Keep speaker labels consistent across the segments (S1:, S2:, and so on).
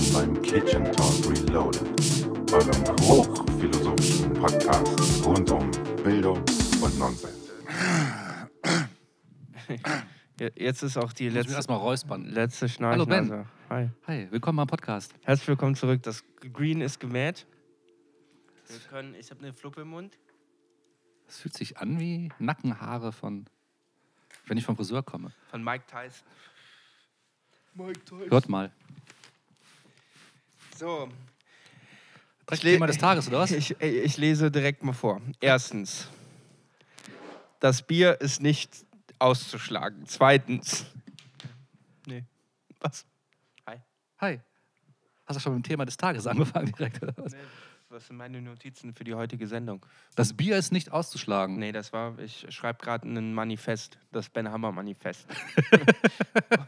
S1: Kitchen Talk Reloaded, eurem hochphilosophischen Podcast rund um Bildung und Nonsens.
S2: Je- Jetzt ist auch die
S3: Ich muss mich
S2: letzte,
S3: erstmal räuspern.
S2: letzte Schnarchen.
S3: Hallo, Ben.
S2: Hi.
S3: Hi, willkommen am Podcast.
S2: Herzlich willkommen zurück. Das Green ist gemäht. Wir können, ich habe eine Fluppe im Mund.
S3: Es fühlt sich an wie Nackenhaare von, wenn ich vom Friseur komme.
S2: Von Mike Tyson.
S3: Hört mal.
S2: So,
S3: Direkt
S2: le-
S3: Thema des Tages, oder was?
S2: Ich, ich lese direkt mal vor. Erstens, das Bier ist nicht auszuschlagen. Zweitens, nee, was? Hi.
S3: Hi. Hast du schon mit dem Thema des Tages angefangen direkt? Oder was?
S2: Nee, was sind meine Notizen für die heutige Sendung?
S3: Das Bier ist nicht auszuschlagen.
S2: Nee, das war, ich schreibe gerade ein Manifest, das Ben Hammer Manifest. da,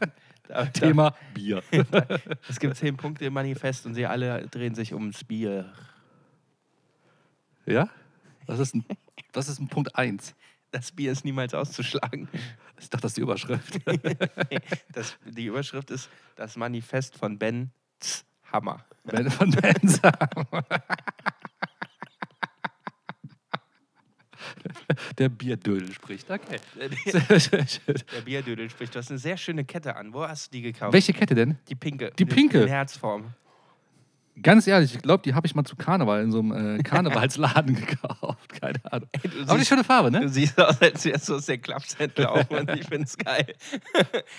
S2: da,
S3: Thema Bier.
S2: es gibt zehn Punkte im Manifest und sie alle drehen sich ums Bier.
S3: ja? Das ist ein, das ist ein Punkt 1.
S2: Das Bier ist niemals auszuschlagen.
S3: Ich dachte, das ist die Überschrift.
S2: Das, die Überschrift ist das Manifest von Ben Z. Hammer.
S3: Wenn von Benza. Der Bierdödel spricht. Okay. Sehr schön.
S2: Der Bierdödel spricht. Du hast eine sehr schöne Kette an. Wo hast du die gekauft?
S3: Welche Kette denn?
S2: Die pinke.
S3: Die pinke?
S2: In Herzform.
S3: Ganz ehrlich, ich glaube, die habe ich mal zu Karneval in so einem äh, Karnevalsladen gekauft. Keine Ahnung.
S2: du
S3: Aber eine
S2: siehst-
S3: schöne Farbe,
S2: Du
S3: ne?
S2: siehst aus, als wärst du aus der Klappzeit laufen und ich find's geil.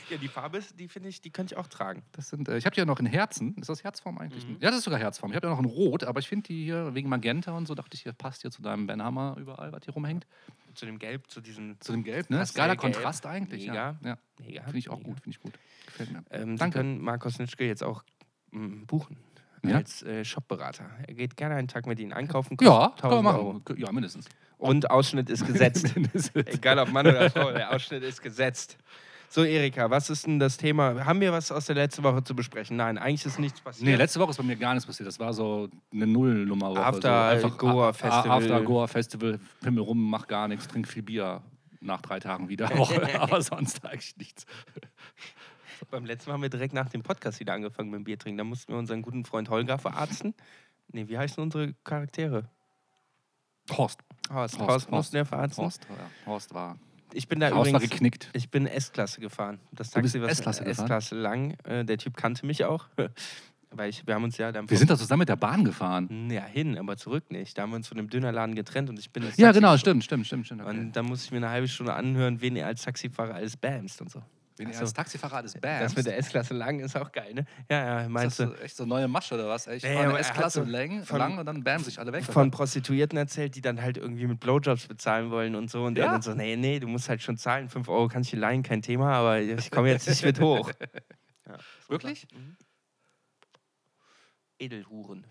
S2: ja, die Farbe, ist, die finde ich, die könnte ich auch tragen.
S3: Das sind, äh, ich habe die ja noch in Herzen. Ist das Herzform eigentlich?
S2: Mhm.
S3: Ja, das ist sogar Herzform. Ich habe ja noch in Rot, aber ich finde die hier wegen Magenta und so, dachte ich, hier passt hier zu deinem Benhammer überall, was hier rumhängt.
S2: Zu dem Gelb, zu diesem
S3: Zu dem Gelb, ne? Das ist
S2: Pastellgelb.
S3: geiler Kontrast eigentlich. Ja.
S2: Mega.
S3: ja.
S2: Mega.
S3: Finde ich auch
S2: mega.
S3: gut, finde ich gut. Gefällt mir.
S2: Ähm, Sie
S3: Danke.
S2: können Markus Nitschke jetzt auch mm, buchen.
S3: Ja?
S2: Als äh, Shopberater. Er geht gerne einen Tag mit Ihnen einkaufen.
S3: Ja,
S2: kostet
S3: können wir
S2: 1000
S3: machen.
S2: Euro.
S3: Ja, mindestens.
S2: Und Ausschnitt ist gesetzt. Egal ob Mann oder Frau, der Ausschnitt ist gesetzt. So, Erika, was ist denn das Thema? Haben wir was aus der letzten Woche zu besprechen? Nein, eigentlich ist nichts passiert.
S3: Nee, letzte Woche ist bei mir gar nichts passiert. Das war so eine Nullnummer.
S2: After Goa Festival.
S3: ah, After Goa Festival, pimmel rum, mach gar nichts, trink viel Bier nach drei Tagen wieder. Woche, aber sonst eigentlich nichts.
S2: Beim letzten Mal haben wir direkt nach dem Podcast wieder angefangen mit dem Bier trinken. Da mussten wir unseren guten Freund Holger verarzten. Nee, wie heißen unsere Charaktere?
S3: Horst.
S2: Horst. Horst,
S3: Horst,
S2: mussten
S3: Horst,
S2: wir verarzten.
S3: Horst, ja, Horst war.
S2: Ich bin da
S3: Horst war
S2: übrigens...
S3: geknickt.
S2: Ich bin S-Klasse gefahren. Das
S3: Du bist
S2: Taxi was-
S3: S-Klasse gefahren?
S2: S-Klasse lang. Äh, der Typ kannte mich auch. Weil ich, wir haben uns ja dann.
S3: Wir sind da zusammen mit der Bahn gefahren.
S2: ja, hin, aber zurück nicht. Da haben wir uns von dem Dönerladen getrennt und ich bin. ins
S3: Ja,
S2: Taxi
S3: genau,
S2: gesprungen.
S3: stimmt, stimmt, stimmt, stimmt.
S2: Und dann musste ich mir eine halbe Stunde anhören, wen er als Taxifahrer alles bamst und so.
S3: Wenn ihr
S2: Ach so.
S3: als Taxifahrer alles
S2: Das
S3: bamst,
S2: mit der S-Klasse lang ist auch geil, ne? Ja, ja,
S3: ist
S2: meinst
S3: das
S2: du?
S3: so echt so neue Masche oder was? Ey, Ich
S2: Nee,
S3: fahre eine
S2: aber er hat
S3: S-Klasse
S2: so
S3: lang,
S2: von-
S3: lang und dann bam sich alle weg.
S2: Von Prostituierten erzählt, die dann halt irgendwie mit Blowjobs bezahlen wollen und so. Und der
S3: Ja.
S2: dann so, nee, nee, du musst halt schon zahlen. 5 Euro kann ich dir leihen, kein Thema, aber ich komme jetzt nicht mit hoch. Ja, so
S3: Wirklich?
S2: klar. Mhm. Edelhuren.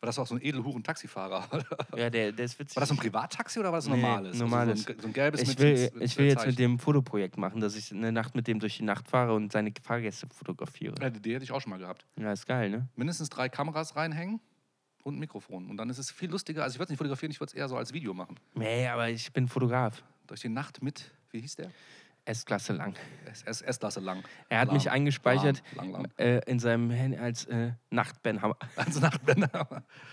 S3: War das auch so ein Edelhuren-Taxifahrer? oder?
S2: Ja, der, der ist witzig.
S3: War das so ein Privattaxi oder war das ein
S2: Nee,
S3: normales? Also
S2: normales.
S3: So ein, so ein gelbes
S2: ich
S3: mit-
S2: will,
S3: mit-
S2: ich will jetzt mit
S3: Zeichen.
S2: dem Fotoprojekt machen, dass ich eine Nacht mit dem durch die Nacht fahre und seine Fahrgäste fotografiere.
S3: Ja, Äh, die die hätte ich auch schon mal gehabt.
S2: Ja, ist geil, ne?
S3: Mindestens drei Kameras reinhängen und ein Mikrofon. Und dann ist es viel lustiger. Also ich würde es nicht fotografieren, ich würde es eher so als Video machen.
S2: Nee, aber ich bin Fotograf.
S3: Durch die Nacht mit, wie hieß der?
S2: S-Klasse lang.
S3: S- S- S-Klasse lang.
S2: Er hat mich
S3: Lang,
S2: eingespeichert
S3: Lang, lang, lang.
S2: Äh, in seinem Handy als äh, Nachtbenhammer.
S3: Also nach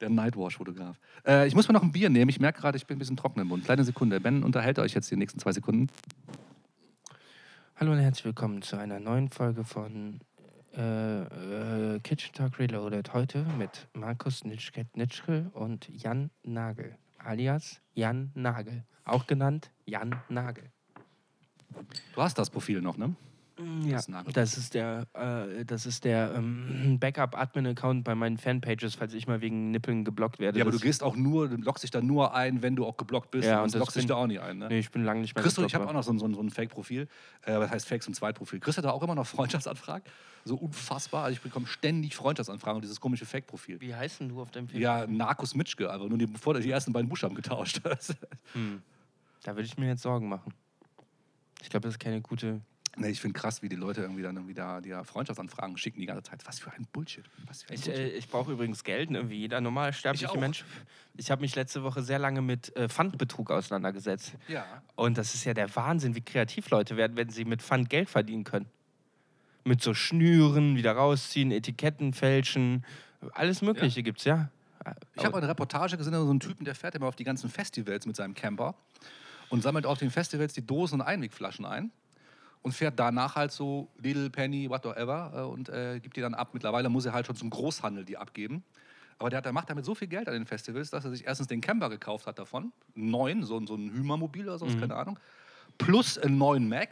S3: Der Nightwash-Fotograf. Äh, ich muss mir noch ein Bier nehmen. Ich merke gerade, ich bin ein bisschen trocken im Mund. Kleine Sekunde. Ben, unterhält euch jetzt die nächsten zwei Sekunden.
S2: Hallo und herzlich willkommen zu einer neuen Folge von äh, äh, Kitchen Talk Reloaded. Heute mit Markus Nitschke, Nitschke und Jan Nagel, alias Jan Nagel, auch genannt Jan Nagel.
S3: Du hast das Profil noch, ne?
S2: Hm, Ja,
S3: Das Nagel.
S2: das ist der, äh, das ist der ähm, Backup-Admin-Account bei meinen Fanpages, falls ich mal wegen Nippeln geblockt werde.
S3: Ja, aber du
S2: Das-
S3: gehst auch nur, du loggst dich da nur ein, wenn du auch geblockt bist.
S2: Ja, und
S3: sonst
S2: das
S3: loggst dich
S2: bin-
S3: da auch nicht ein. Ne?
S2: Nee, ich bin lange nicht mehr
S3: Christo, ich habe
S2: gestalkt
S3: auch noch so ein, so ein, so ein Fake-Profil. Äh, was heißt Fake, so ein Zweitprofil. Christo hat da auch immer noch Freundschaftsanfragen. So unfassbar. Also ich bekomme ständig Freundschaftsanfragen und dieses komische Fake-Profil.
S2: Wie heißt denn du auf deinem Film?
S3: Ja, Narkus Mitschke, aber nur die, bevor die ersten beiden Buchstaben getauscht hast.
S2: Hm. Da würde ich mir jetzt Sorgen machen. Ich glaube, das ist keine gute.
S3: nee, ich finde krass, wie die Leute irgendwie dann irgendwie da, die da Freundschaftsanfragen schicken die ganze Zeit. Was für ein Bullshit. Was für ein
S2: Ich,
S3: Bullshit.
S2: äh, ich brauche übrigens Geld, ne? wie jeder normal
S3: Ich
S2: sterbliche
S3: auch.
S2: Mensch. Ich habe mich letzte Woche sehr lange mit äh, Pfandbetrug auseinandergesetzt.
S3: ja.
S2: Und das ist ja der Wahnsinn, wie kreativ Leute werden, wenn sie mit Pfand Geld verdienen können. Mit so Schnüren, wieder rausziehen, Etiketten fälschen. Alles Mögliche gibt's, ja.
S3: Ich habe eine Reportage gesehen, so einen Typen, der fährt immer auf die ganzen Festivals mit seinem Camper und sammelt auf den Festivals die Dosen und Einwegflaschen ein und fährt danach halt so Lidl, Penny, whatever äh, und äh, gibt die dann ab. Mittlerweile muss er halt schon zum Großhandel die abgeben. Aber der, hat, der macht damit so viel Geld an den Festivals, dass er sich erstens den Camper gekauft hat davon, einen neuen, so, ein- so ein Hümermobil oder
S2: Mhm.
S3: sowas, keine Ahnung, plus einen neuen Mac.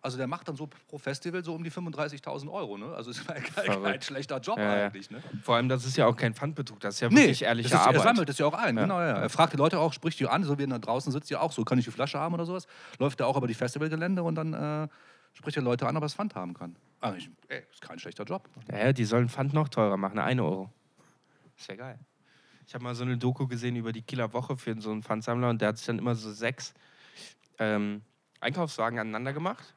S3: Also der macht dann so pro Festival so um die 35.000 Euro, ne? Also ist kein, kein
S2: Verrückt.
S3: schlechter Job
S2: Ja, ja.
S3: eigentlich, ne?
S2: Vor allem, das ist ja auch kein Pfandbetrug, das ist ja wirklich ehrliche
S3: das ist, Er
S2: Arbeit.
S3: sammelt es ja auch ein, genau. Ja. Er fragt die Leute auch, spricht die an, so wie er da draußen sitzt, ja auch so, kann ich die Flasche haben oder sowas. Läuft er auch über die Festivalgelände und dann äh, spricht er Leute an, ob er das Pfand haben kann. Eigentlich, ey, ist kein schlechter Job.
S2: Ja, die sollen Pfand noch teurer machen, eine Euro. Ist ja geil. Ich habe mal so eine Doku gesehen über die Kieler Woche für so einen Pfandsammler und der hat sich dann immer so sechs ähm, Einkaufswagen aneinander gemacht.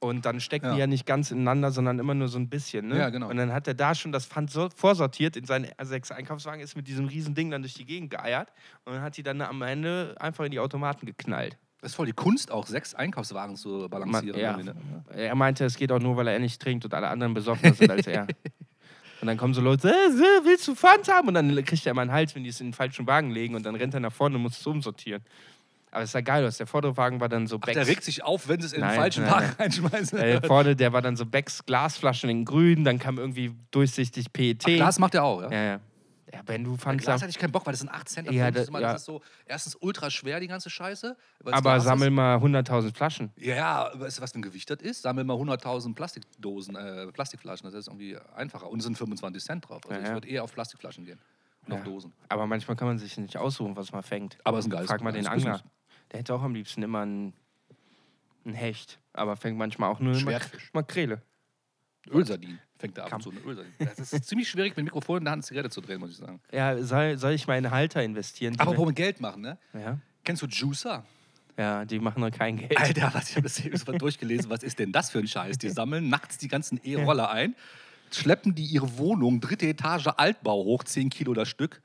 S2: Und dann stecken
S3: Ja.
S2: die ja nicht ganz ineinander, sondern immer nur so ein bisschen. Ne?
S3: Ja, genau.
S2: Und dann hat er da schon das Pfand so vorsortiert in seinen sechs Einkaufswagen, ist mit diesem riesen Ding dann durch die Gegend geeiert und dann hat die dann am Ende einfach in die Automaten geknallt.
S3: Das ist voll die Kunst auch, sechs Einkaufswagen zu
S2: Man,
S3: balancieren.
S2: ja.
S3: irgendwie, ne?
S2: Er meinte, es geht auch nur, weil er nicht trinkt und alle anderen besoffener sind als er. Und dann kommen so Leute, äh, äh, willst du Pfand haben? Und dann kriegt er immer einen Hals, wenn die es in den falschen Wagen legen und dann rennt er nach vorne und muss es umsortieren. Aber es sah geil aus. Der vordere Wagen war dann so
S3: Ach,
S2: Becks.
S3: der regt sich auf, wenn sie es in den
S2: Nein,
S3: falschen
S2: nein,
S3: Wagen
S2: nein.
S3: reinschmeißen.
S2: äh, vorne, der war dann so Becks Glasflaschen in grün, dann kam irgendwie durchsichtig PET.
S3: Ach, Glas macht er auch, ja?
S2: ja, ja. ja, wenn du Pfand
S3: Glas
S2: sammelst,
S3: hatte ich keinen Bock, weil das sind 8 Cent.
S2: Ja,
S3: Ja, das,
S2: da-
S3: immer,
S2: ja.
S3: das ist so erstens ultra schwer, die ganze Scheiße. weil es
S2: aber
S3: Glas ist.
S2: sammel mal 100.000 Flaschen.
S3: Ja, Ja, weißt du, was für ein Gewicht das ist? Sammel mal 100.000 Plastikdosen, äh, Plastikflaschen, das ist irgendwie einfacher. Und es sind 25 Cent drauf. Also
S2: Ja,
S3: ich
S2: ja.
S3: würde eher auf Plastikflaschen gehen und
S2: Ja.
S3: auf Dosen.
S2: Aber manchmal kann man sich nicht aussuchen, was man fängt.
S3: Aber ist ein geiles-
S2: Frag mal den
S3: geiles
S2: Angler. Der hätte auch am liebsten immer einen, einen Hecht. Aber fängt manchmal auch nur eine Mak
S3: Schwertfisch.
S2: Makrele.
S3: Ölsardin fängt er ab
S2: Kam-
S3: und zu, eine Ölsardin. Das ist ziemlich schwierig, mit dem Mikrofon in der Hand Zigarette zu drehen, muss ich sagen.
S2: Ja, soll, soll ich mal in Halter investieren? Die
S3: Aber wo wir Geld machen, ne?
S2: ja?
S3: Kennst du Juicer?
S2: ja, die machen doch kein Geld.
S3: Alter, was, ich habe das eben so durchgelesen. Was ist denn das für ein Scheiß? Die sammeln nachts die ganzen E-Roller ein, schleppen die ihre Wohnung, dritte Etage Altbau hoch, 10 Kilo das Stück,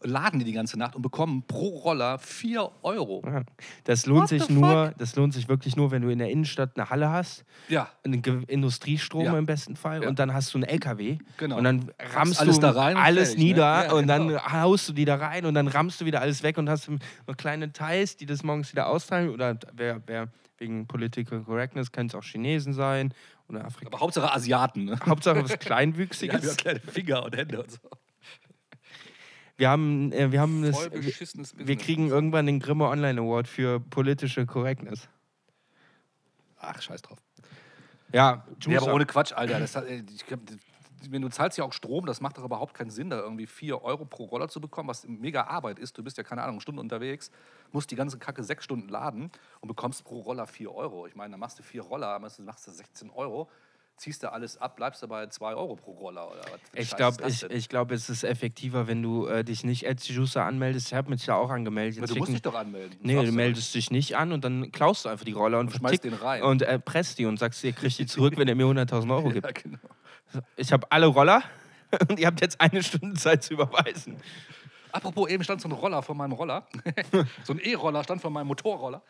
S3: laden die die ganze Nacht und bekommen pro Roller 4 Euro.
S2: Ja. Das lohnt
S3: What the
S2: sich nur, das lohnt sich wirklich nur, wenn du in der Innenstadt eine Halle hast,
S3: Ja.
S2: einen Ge Industriestrom
S3: Ja.
S2: im besten Fall
S3: Ja.
S2: und dann hast du einen LKW
S3: Genau.
S2: und dann
S3: Rammst
S2: rammst
S3: alles
S2: du
S3: da rein und
S2: alles
S3: fertig, ne?
S2: nieder
S3: Ja,
S2: und dann
S3: genau.
S2: haust du die da rein und dann rammst du wieder alles weg und hast noch kleine Teils, die das morgens wieder austeilen oder wer, wer wegen Political Correctness können es auch Chinesen sein oder Afrika.
S3: Aber Hauptsache Asiaten, ne?
S2: Hauptsache was
S3: Die haben ja
S2: Kleinwüchsiges.
S3: kleine Finger und Hände und so.
S2: Wir haben, äh, wir haben das, wir,
S3: beschissenes
S2: wir kriegen irgendwann den Grimme Online Award für politische Correctness.
S3: Ach, scheiß drauf.
S2: Ja,
S3: Nee, aber
S2: Juicer.
S3: ohne Quatsch, Alter. Das hat, ey, ich glaub, das- wenn du zahlst ja auch Strom, das macht doch überhaupt keinen Sinn, da irgendwie 4 Euro pro Roller zu bekommen, was mega Arbeit ist. Du bist ja, keine Ahnung, Stunden unterwegs, musst die ganze Kacke sechs Stunden laden und bekommst pro Roller 4 Euro. Ich meine, dann machst du vier Roller, aber du machst du 16 Euro, ziehst da alles ab, bleibst dabei 2 Euro pro Roller. Oder was für ein
S2: Ich
S3: Scheiß
S2: glaube,
S3: ist das
S2: ich,
S3: denn?
S2: ich glaub, es ist effektiver, wenn du äh, dich nicht als User anmeldest. Ich habe mich ja auch angemeldet.
S3: Aber
S2: Jetzt
S3: Also du musst
S2: schicken-
S3: dich doch anmelden.
S2: nee,
S3: Sagst
S2: du meldest dich nicht an und dann klaust du einfach die Roller und,
S3: Und schmeißt
S2: vertick-
S3: den rein.
S2: und äh, presst die und sagst, ihr kriegt die zurück, wenn ihr mir 100.000 Euro gibt.
S3: Ja, genau.
S2: Ich habe alle Roller und ihr habt jetzt eine Stunde Zeit zu überweisen.
S3: Apropos, eben stand so ein Roller vor meinem Roller. so ein E-Roller stand vor meinem Motorroller.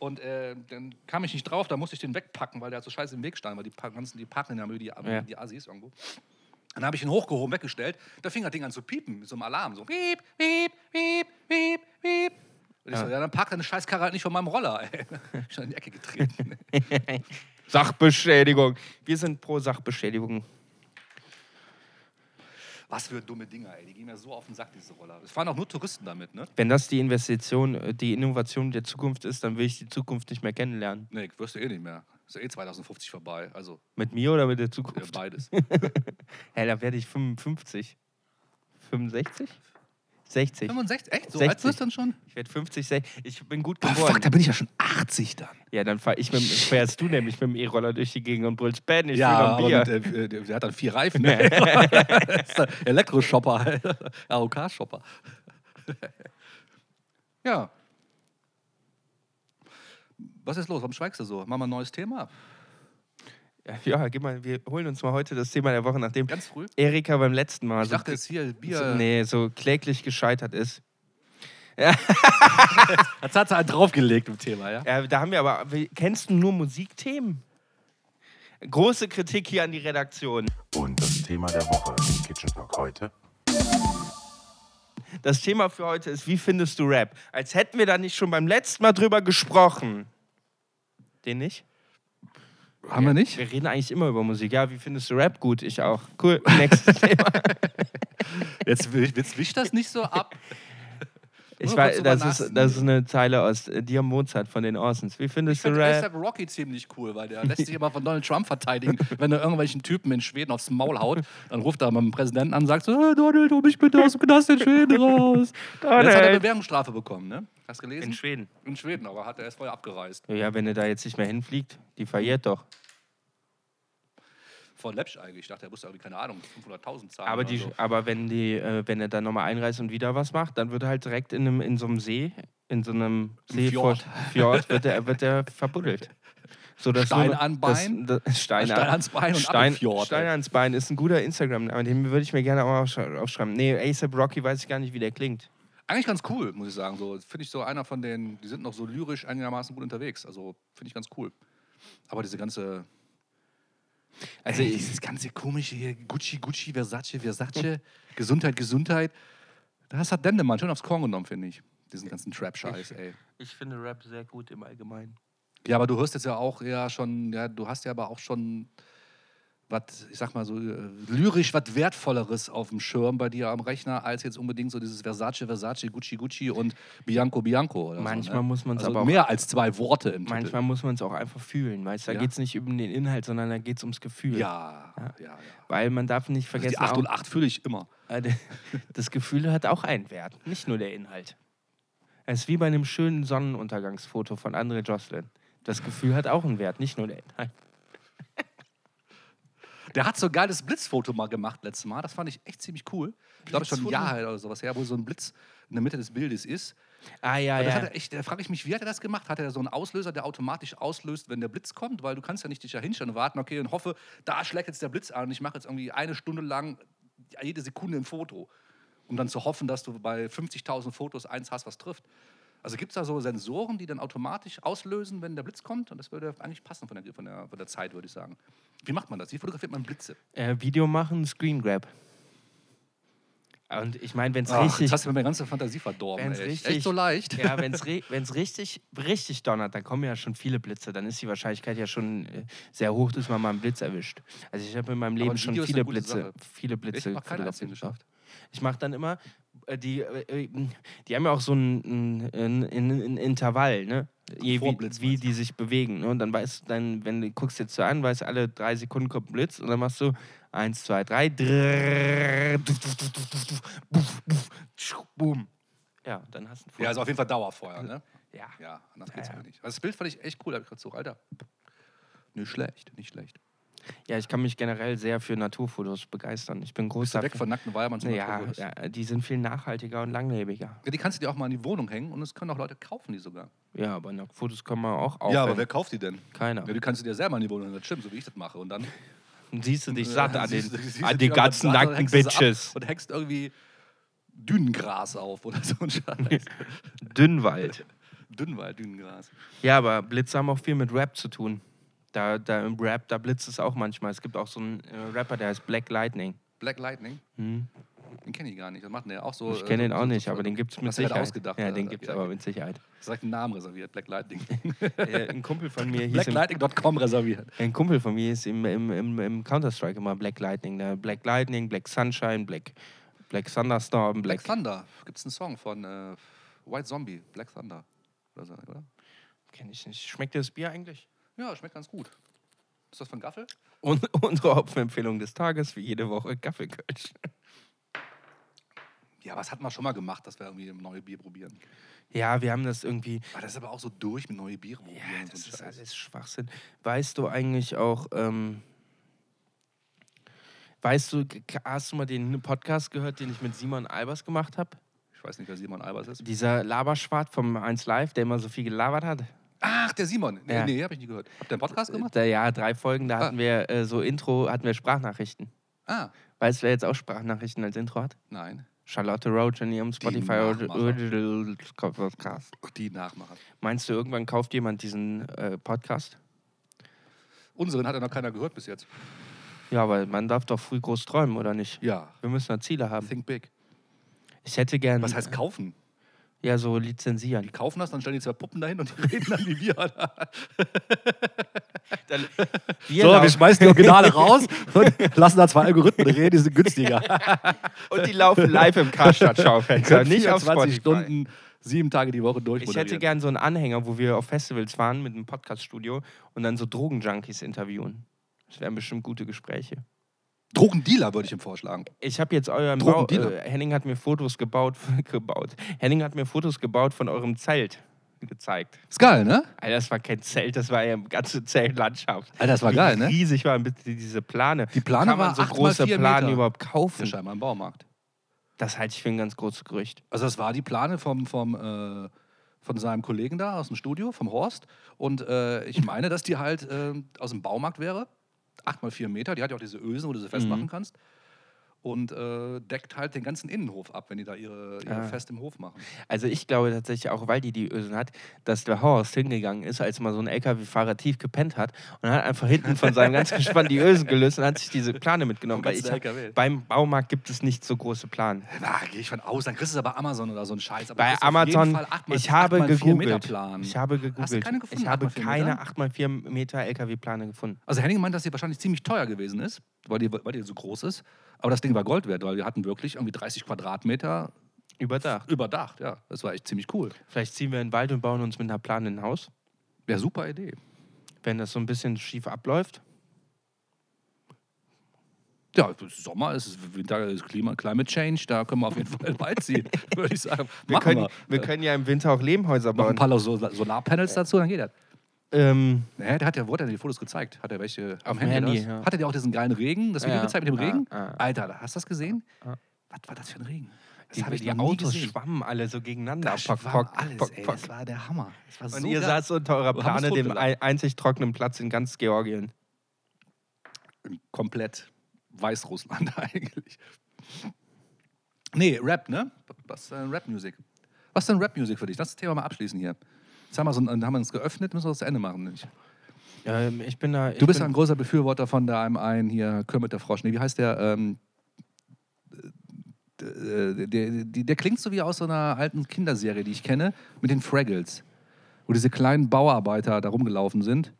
S3: Und äh, dann kam ich nicht drauf, da musste ich den wegpacken, weil der so scheiße im Weg stand, weil die pa- ganzen, die parken ja Müll, die,
S2: Ja.
S3: die Assis irgendwo. Dann habe ich ihn hochgehoben, weggestellt. Da fing das Ding an zu piepen, mit so einem Alarm. So piep, piep, piep, piep, piep. Und ich so, ja, dann pack deine Scheißkarre halt nicht von meinem Roller. Ey. Ich bin in die Ecke getreten.
S2: Sachbeschädigung. Wir sind pro Sachbeschädigung.
S3: Was für dumme Dinger, ey. Die gehen mir so auf den Sack, diese Roller. Es fahren auch nur Touristen damit, ne?
S2: Wenn das die Investition, äh, die Innovation der Zukunft ist, dann will ich die Zukunft nicht mehr kennenlernen.
S3: Nee, wirst du eh nicht mehr. Ist ja eh 2050 vorbei. Also,
S2: Mit mir oder mit der
S3: äh,
S2: Zukunft?
S3: beides.
S2: Hey, da werde ich 55. 65? 60.
S3: 65? Echt? So
S2: 60.
S3: alt wirst du dann schon?
S2: Ich werde 50, 60. Ich bin
S3: Ah,
S2: gut geworden.
S3: bin ich ja schon 80 dann.
S2: ja, dann fahr ich mit, dem- fährst du nämlich mit dem E-Roller durch die Gegend und brüllst Ben, ich
S3: Ja,
S2: will
S3: aber
S2: noch ein
S3: mit,
S2: Bier.
S3: äh, äh, der hat dann vier Reifen. Das ist ein Elektroshopper, AOK-Shopper. Ja. Was ist los? Warum schweigst du so? Mach mal ein neues Thema. äh,
S2: ja, geh mal, wir holen uns mal heute das Thema der Woche, nachdem
S3: Ganz früh.
S2: Erika beim letzten Mal
S3: Ich
S2: so,
S3: dachte, es ist hier
S2: so,
S3: Bier.
S2: Also, nee, so kläglich gescheitert ist.
S3: Das hat sie halt draufgelegt im Thema, ja?
S2: Ja, da haben wir aber, kennst du nur Musikthemen? Große Kritik hier an die Redaktion.
S1: Und das Thema der Woche im Kitchen Talk heute.
S2: Das Thema für heute ist, wie findest du Rap? Als hätten wir da nicht schon beim letzten Mal drüber gesprochen. Den nicht?
S3: Haben wir nicht?
S2: Wir reden eigentlich immer über Musik. Ja, wie findest du Rap? Gut, ich auch. Cool, nächstes Thema.
S3: Jetzt, wi- jetzt wisch das nicht so ab.
S2: Ich
S3: Nur kurz
S2: weiß,
S3: drüber
S2: das ist,
S3: nachdenken.
S2: das ist eine Zeile aus äh, Dir Mozart von den Orsons. Wie
S3: Ich
S2: findest du
S3: finde
S2: Rap?
S3: deshalb Rocky ziemlich cool, weil der lässt sich immer von Donald Trump verteidigen. Wenn er irgendwelchen Typen in Schweden aufs Maul haut, dann ruft er beim Präsidenten an und sagt so, "Hey, Donald, hol mich bitte aus dem Knast in Schweden raus. Jetzt hat er eine
S2: Donald.
S3: Bewährungsstrafe bekommen, ne? Hast du gelesen?
S2: In Schweden.
S3: In Schweden, aber hat er erst vorher abgereist.
S2: Ja, wenn er da jetzt nicht mehr hinfliegt, die verjährt doch.
S3: Von Lepsch eigentlich. Ich dachte, er musste irgendwie, keine Ahnung, 500.000 zahlen.
S2: Aber,
S3: oder
S2: die,
S3: so.
S2: aber wenn, die, äh, wenn er dann nochmal einreist und wieder was macht, dann wird er halt direkt in, einem, in so einem See, in so einem
S3: Im
S2: See
S3: Fjord.
S2: Fjord wird er, wird er verbuddelt. So, dass
S3: Stein
S2: nur-
S3: an
S2: dass-
S3: Bein?
S2: dass- Stein,
S3: Stein
S2: an-
S3: ans Bein und ab
S2: Stein,
S3: im Fjord,
S2: Stein
S3: ey.
S2: ans Bein ist ein guter Instagram-Name, den würde ich mir gerne auch aufsch- aufschreiben. Nee, ASAP Rocky weiß ich gar nicht, wie der klingt.
S3: Eigentlich ganz cool, muss ich sagen. So, Finde ich so einer von denen, die sind noch so lyrisch einigermaßen gut unterwegs. Also finde ich ganz cool. Aber diese ganze. Also ey, dieses ganze komische hier, Gucci, Gucci, Versace, Versace, Gesundheit, Gesundheit. Das hat Dendemann schön aufs Korn genommen, finde ich. Diesen ganzen Trap-Scheiß, ey.
S2: Ich finde Rap sehr gut im Allgemeinen.
S3: Ja, aber du hörst jetzt ja auch ja schon, ja, du hast ja aber auch schon was, ich sag mal so, äh, lyrisch was Wertvolleres auf dem Schirm bei dir am Rechner, als jetzt unbedingt so dieses Versace, Versace, Gucci, Gucci und Bianco, Bianco. Oder
S2: Manchmal
S3: so, ne?
S2: muss man's
S3: also
S2: aber auch-
S3: Mehr als zwei Worte im
S2: Manchmal muss man es auch einfach fühlen, weißt du? Da
S3: Ja.
S2: geht es nicht um den Inhalt, sondern da geht es ums Gefühl.
S3: Titel. Ja, ja, ja.
S2: Weil man darf nicht
S3: Also die
S2: vergessen,
S3: 8
S2: auch,
S3: und 8 fühle ich immer.
S2: Äh, d- Das Gefühl hat auch einen Wert, nicht nur der Inhalt. Es ist wie bei einem schönen Sonnenuntergangsfoto von André Jocelyn. Das Gefühl hat auch einen Wert, nicht nur der Inhalt.
S3: Der hat so ein geiles Blitzfoto mal gemacht letztes Mal. Das fand ich echt ziemlich cool. Ich glaube schon ein
S2: Blitzfoto?
S3: Jahr alt oder sowas her, wo so ein Blitz in der Mitte des Bildes ist.
S2: Ah ja,
S3: Aber das
S2: ja.
S3: hat er echt, da frage ich mich, wie hat er das gemacht? Hat er so einen Auslöser, der automatisch auslöst, wenn der Blitz kommt? Weil du kannst ja nicht dich ja hinstellen und warten, okay, und hoffe, da schlägt jetzt der Blitz an und ich mache jetzt irgendwie eine Stunde lang jede Sekunde ein Foto, um dann zu hoffen, dass du bei 50.000 Fotos eins hast, was trifft. Also gibt es da so Sensoren, die dann automatisch auslösen, wenn der Blitz kommt? Und das würde eigentlich passen von der, von der, von der Zeit, würde ich sagen. Wie macht man das? Wie fotografiert man Blitze?
S2: Äh, Video machen, Screen Grab. Und ich meine, wenn es
S3: Ach,
S2: richtig,
S3: jetzt hast du mir meine ganze Fantasie verdorben.
S2: wenn's
S3: Ey.
S2: richtig,
S3: Echt so leicht.
S2: Ja, wenn es wenn's richtig, richtig donnert, dann kommen ja schon viele Blitze. Dann ist die Wahrscheinlichkeit ja schon äh, sehr hoch, dass man mal einen Blitz erwischt. Also ich habe in meinem Leben
S3: ein
S2: schon
S3: Video ist
S2: viele
S3: eine gute
S2: Blitze,
S3: Sache.
S2: viele Blitze
S3: Ich hab noch keinen einzigen
S2: fotografiert.
S3: geschafft.
S2: Ich mache dann immer, äh, die, äh, äh, die haben ja auch so ein, ein, ein, ein Intervall, ne? Je, wie,
S3: Vorblitz
S2: wie die sich bewegen. Ne? Und dann weißt du, dann, wenn du guckst jetzt so an, weißt du, alle drei Sekunden kommt ein Blitz und dann machst du eins, zwei, drei, drrrr, duf, duf, duf, duf, duf, duf, buf, buf, tschu, boom. Ja, dann hast du ein
S3: Ja,
S2: Foto.
S3: also auf jeden Fall Dauerfeuer, ne?
S2: ja.
S3: Ja, anders geht's
S2: Ja, ja.
S3: mir nicht. Also das Bild fand ich echt cool, hab ich gerade so, Alter. Nicht schlecht, nicht schlecht.
S2: ja, ich kann mich generell sehr für Naturfotos begeistern. Ich bin
S3: Bist du
S2: großer
S3: weg von nackten Weibermann zum
S2: ja,
S3: Naturfotos?
S2: ja, die sind viel nachhaltiger und langlebiger.
S3: Ja, Die kannst du dir auch mal in die Wohnung hängen und es können auch Leute kaufen, die sogar.
S2: Ja, aber Fotos kann man auch aufhängen.
S3: kauft die denn?
S2: Keiner.
S3: Ja, die kannst du dir selber in die Wohnung hängen, das stimmt, so wie ich das mache. Und dann
S2: Dann siehst du dich
S3: äh,
S2: satt an den,
S3: siehst du- siehst du
S2: an
S3: die
S2: den ganzen
S3: satt und
S2: nackten
S3: hängst du sie ab
S2: Bitches.
S3: Und hängst irgendwie Dünengras auf oder so ein Scheiß.
S2: Dünnwald.
S3: Dünnwald, Dünengras.
S2: Ja, aber Blitze haben auch viel mit Rap zu tun. Da, da im Rap, da blitzt es auch manchmal. Es gibt auch so einen äh, Rapper, der heißt Black Lightning.
S3: Black Lightning,
S2: Hm?
S3: den kenne ich gar nicht. Das macht der auch so.
S2: Ich kenne
S3: äh,
S2: den
S3: so-
S2: auch
S3: so-
S2: nicht,
S3: so-
S2: aber den gibt es mit
S3: hast du dir
S2: Sicherheit.
S3: ausgedacht,
S2: ja, den
S3: Alter.
S2: gibt es
S3: Ja,
S2: aber
S3: okay.
S2: mit Sicherheit.
S3: Das sagt einen Namen reserviert, Black Lightning.
S2: Äh, ein Kumpel von mir hieß im,
S3: Blacklightning.com reserviert.
S2: ein Kumpel von mir ist im, im, im, im Counter-Strike immer Black Lightning. Ne? Black Lightning, Black Sunshine, Black, Black Thunderstorm, Black.
S3: Black Thunder. Gibt es einen Song von äh, White Zombie, Black Thunder. Oder so, oder?
S2: Kenn ich nicht. Schmeckt dir das Bier eigentlich?
S3: Ja, schmeckt ganz gut. Ist das von Gaffel?
S2: Und unsere Hauptempfehlung des Tages, wie jede Woche, Kaffeekölsch.
S3: Ja, was hatten wir schon mal gemacht, dass wir irgendwie neue Bier probieren?
S2: Ja, wir haben das irgendwie.
S3: Aber das ist aber auch so durch mit neue Biere probieren.
S2: Ja,
S3: und
S2: das
S3: so ein
S2: ist
S3: Scheiß.
S2: alles Schwachsinn. Weißt du eigentlich auch, ähm, weißt du, g- g- hast du mal den Podcast gehört, den ich mit Simon Albers gemacht habe?
S3: Ich weiß nicht, wer Simon Albers ist.
S2: Dieser Laberschwart vom 1 Live, der immer so viel gelabert hat.
S3: Ach, der Simon. Nee,
S2: Ja.
S3: nee hab ich nie gehört. Habt ihr einen Podcast gemacht?
S2: Äh, Da, ja, drei Folgen, da hatten
S3: Ah.
S2: wir äh, so Intro, hatten wir Sprachnachrichten.
S3: Ah,
S2: Weißt du, wer jetzt auch Sprachnachrichten als Intro hat?
S3: nein.
S2: Charlotte Roach in ihrem Spotify Orig-
S3: Nachmacher.
S2: Original Podcast.
S3: Die Nachmacher.
S2: Meinst du, irgendwann kauft jemand diesen äh, Podcast?
S3: Unseren hat ja noch keiner gehört bis jetzt.
S2: Ja, weil man darf doch früh groß träumen, oder nicht?
S3: Ja.
S2: Wir müssen da Ziele haben.
S3: Think big.
S2: Ich hätte gern.
S3: Was heißt kaufen?
S2: Ja, so
S3: Die
S2: lizenzieren.
S3: kaufen das, dann stellen die zwei Puppen dahin und die reden dann wie wir.
S2: Wir
S4: so, wir
S2: laufen-
S4: schmeißen die Originale raus und lassen da zwei Algorithmen reden, die sind günstiger.
S2: und die laufen live im Karstadt-Schaufenster, nicht halt auf
S4: 24
S2: Spotify.
S4: Stunden, sieben Tage die Woche durch.
S2: Ich hätte gern so einen Anhänger, wo wir auf Festivals fahren mit einem Podcast-Studio und dann so Drogenjunkies interviewen. Das wären bestimmt gute Gespräche.
S3: Drogendealer würde ich ihm vorschlagen.
S2: Ich habe jetzt euren Bau.
S3: Drogendealer.
S2: Äh, Henning hat mir Fotos gebaut, gebaut. Henning hat mir Fotos gebaut von eurem Zelt gezeigt.
S3: Ist geil, ne?
S2: Alter, das war kein Zelt, das war ja eine ganze Zeltlandschaft.
S3: Alter, das war
S2: Wie
S3: geil, ne?
S2: Riesig waren bitte diese Plane.
S3: Die Plane
S2: Kann man
S3: war
S2: so
S3: acht mal
S2: große
S3: vier
S2: Plane
S3: Meter.
S2: überhaupt
S3: Ja,
S2: kaufen?
S3: scheinbar im Baumarkt.
S2: Das halte ich für ein ganz großes Gerücht.
S3: Also das war die Plane vom, vom, äh, von seinem Kollegen da aus dem Studio, vom Horst. Und äh, ich meine, dass die halt äh, aus dem Baumarkt wäre. 8 mal 4 Meter, die hat ja auch diese Ösen, wo du sie festmachen
S2: Mhm.
S3: kannst. Und äh, deckt halt den ganzen Innenhof ab, wenn die da ihre, ihre
S2: Ah.
S3: Fest im Hof machen.
S2: Also ich glaube tatsächlich, auch weil die die Ösen hat, dass der Horst hingegangen ist, als mal so ein LKW-Fahrer tief gepennt hat und hat einfach hinten von seinem ganzen Gespann die Ösen gelöst und hat sich diese Plane mitgenommen.
S3: Vom
S2: Weil ich
S3: ganzen
S2: hab,
S3: LKW.
S2: beim Baumarkt gibt es nicht so große Planen.
S3: Na, gehe ich von aus, dann kriegst du es aber Amazon oder so einen Scheiß. Aber du
S2: Bei
S3: kriegst auf jeden
S2: Amazon,
S3: Fall 8 mal-
S2: ich
S3: 8
S2: habe
S3: mal 4 Meter
S2: gegoogelt.
S3: Plan.
S2: Ich habe gegoogelt.
S3: Hast du keine gefunden,
S2: ich habe
S3: 8x4
S2: keine
S3: Meter?
S2: 8x4 Meter LKW-Plane gefunden.
S3: Also Henning meint, dass die wahrscheinlich ziemlich teuer gewesen ist, weil die, weil die so groß ist. Aber das Ding war Gold wert, weil wir hatten wirklich irgendwie 30 Quadratmeter
S2: Überdacht.
S3: überdacht. Ja, das war echt ziemlich cool.
S2: Vielleicht ziehen wir in den Wald und bauen uns mit einer Plane ein Haus,
S3: Ja, super Idee.
S2: wenn das so ein bisschen schief abläuft.
S3: Ja, es ist Sommer es ist Winter, es ist Klima, Climate Change, da können wir auf jeden Fall beiziehen, würde ich sagen.
S2: Wir
S3: Machen
S2: können, wir
S3: wir.
S2: können ja im Winter auch Lehmhäuser
S3: Noch ein
S2: bauen.
S3: paar Sol Solarpanels dazu, dann geht das.
S2: Ähm,
S3: Nee, der hat ja, wurde ja die Fotos gezeigt. Hat er welche am
S2: dem
S3: Handy? Ah,
S2: Handy,
S3: oder was?
S2: ja.
S3: Hat er dir auch diesen geilen Regen, das Video
S2: Ja.
S3: gezeigt mit dem
S2: Ja,
S3: Regen?
S2: ja.
S3: Alter, hast du das gesehen?
S2: Ja.
S3: Was war das für ein Regen? Das
S2: Die,
S3: habe ich
S2: die
S3: noch nie
S2: Autos
S3: gesehen.
S2: schwammen alle so gegeneinander.
S3: Da
S2: Pock,
S3: schwamm
S2: pock,
S3: alles,
S2: pock,
S3: ey,
S2: pock.
S3: das war der Hammer. Das war
S2: Und
S3: so
S2: ihr
S3: geil.
S2: saßt unter eurer
S3: Wir haben es
S2: Plane dem
S3: totgelacht.
S2: ei- einzig trockenen Platz in ganz Georgien.
S3: komplett Weißrussland eigentlich. Nee, Rap, ne? Was ist denn Rap-Music? Was ist denn Rap-Music für dich? Lass das Thema mal abschließen hier. Jetzt haben wir, so, ein- haben wir uns geöffnet, müssen wir das zu Ende machen. Nicht?
S2: Ähm, ich bin da. Ich
S3: Du bist ja
S2: bin,
S3: ein großer Befürworter von deinem einen hier, Kermit der Frosch. Nee, wie heißt der? Ähm, äh, der, der, der klingt so wie aus so einer alten Kinderserie, die ich kenne, mit den Fraggles. Wo diese kleinen Bauarbeiter da rumgelaufen sind.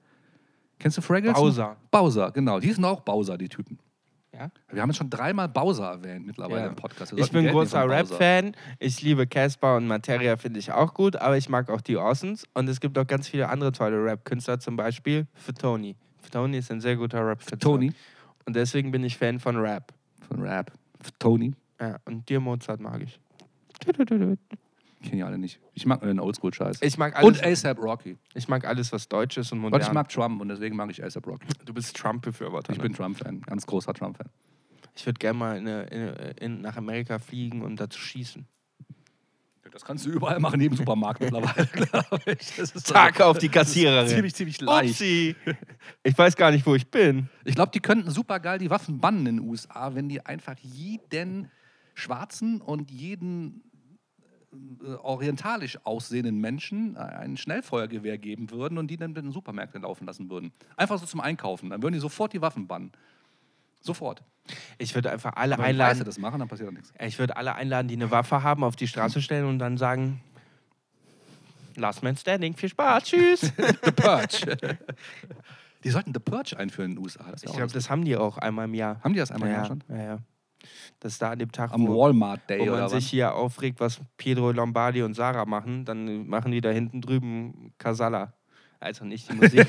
S3: Kennst du Fraggles?
S2: Bowser.
S3: Bowser, genau. Die sind auch Bowser, die Typen.
S2: ja?
S3: Wir haben jetzt schon dreimal Bowser erwähnt mittlerweile
S2: Ja.
S3: im Podcast. Wir
S2: Ich
S3: sollten
S2: bin
S3: Geld nehmen
S2: großer
S3: von Bowser.
S2: Rap-Fan. Ich liebe Casper und Materia, finde ich auch gut, aber ich mag auch die Orsons. Und es gibt auch ganz viele andere tolle Rap-Künstler, zum Beispiel für Tony. Für Tony ist ein sehr guter Rap-Künstler.
S3: Tony
S2: Und deswegen bin ich Fan von Rap.
S3: von Rap. Tony.
S2: Ja, und dir Mozart mag ich.
S3: Kennen ja alle nicht. Ich mag nur den Oldschool-Scheiß.
S2: Ich mag alles,
S3: Und ASAP Rocky.
S2: ich mag alles was deutsch ist und
S3: Und
S2: modern.
S3: ich mag Trump und deswegen mag ich ASAP Rocky.
S2: du bist Trump-Befürworter.
S3: Ich
S2: ne?
S3: bin Trump-Fan. Ganz großer Trump-Fan.
S2: Ich würde gerne mal in, eine- in, äh, in, nach Amerika fliegen und dazu schießen.
S3: Das kannst du überall machen, neben Supermarkt mittlerweile, glaube ich. Das ist
S2: Tag
S3: also-
S2: auf die
S3: das ist
S2: Kassiererin.
S3: Ziemlich, ziemlich leicht.
S2: Upsi. Ich weiß gar nicht, wo ich bin.
S3: Ich glaube, die könnten super geil die Waffen bannen in den USA, wenn die einfach jeden schwarzen und jeden äh, orientalisch aussehenden Menschen äh, ein Schnellfeuergewehr geben würden und die dann in den Supermärkten laufen lassen würden. Einfach so zum Einkaufen. Dann würden die sofort die Waffen bannen. Sofort.
S2: Ich würde einfach alle
S3: Wenn die Weiße
S2: einladen. äh,
S3: das machen, dann passiert auch nichts.
S2: Ich würde alle einladen, die eine Waffe haben, auf die Straße stellen und dann sagen: Last man standing, viel Spaß, tschüss.
S3: The Purge. die sollten The Purge einführen in den USA. Das wär
S2: Ich
S3: auch
S2: glaube,
S3: lustig.
S2: das haben die auch einmal im Jahr.
S3: Haben die das einmal
S2: ja,
S3: ja. schon?
S2: Ja, ja. Das ist da an dem Tag,
S3: Am
S2: wo,
S3: Walmart Day
S2: wo man
S3: oder
S2: sich
S3: was?
S2: hier aufregt, was Pedro Lombardi und Sarah machen. Dann machen die da hinten drüben Casala. Also nicht die Musik,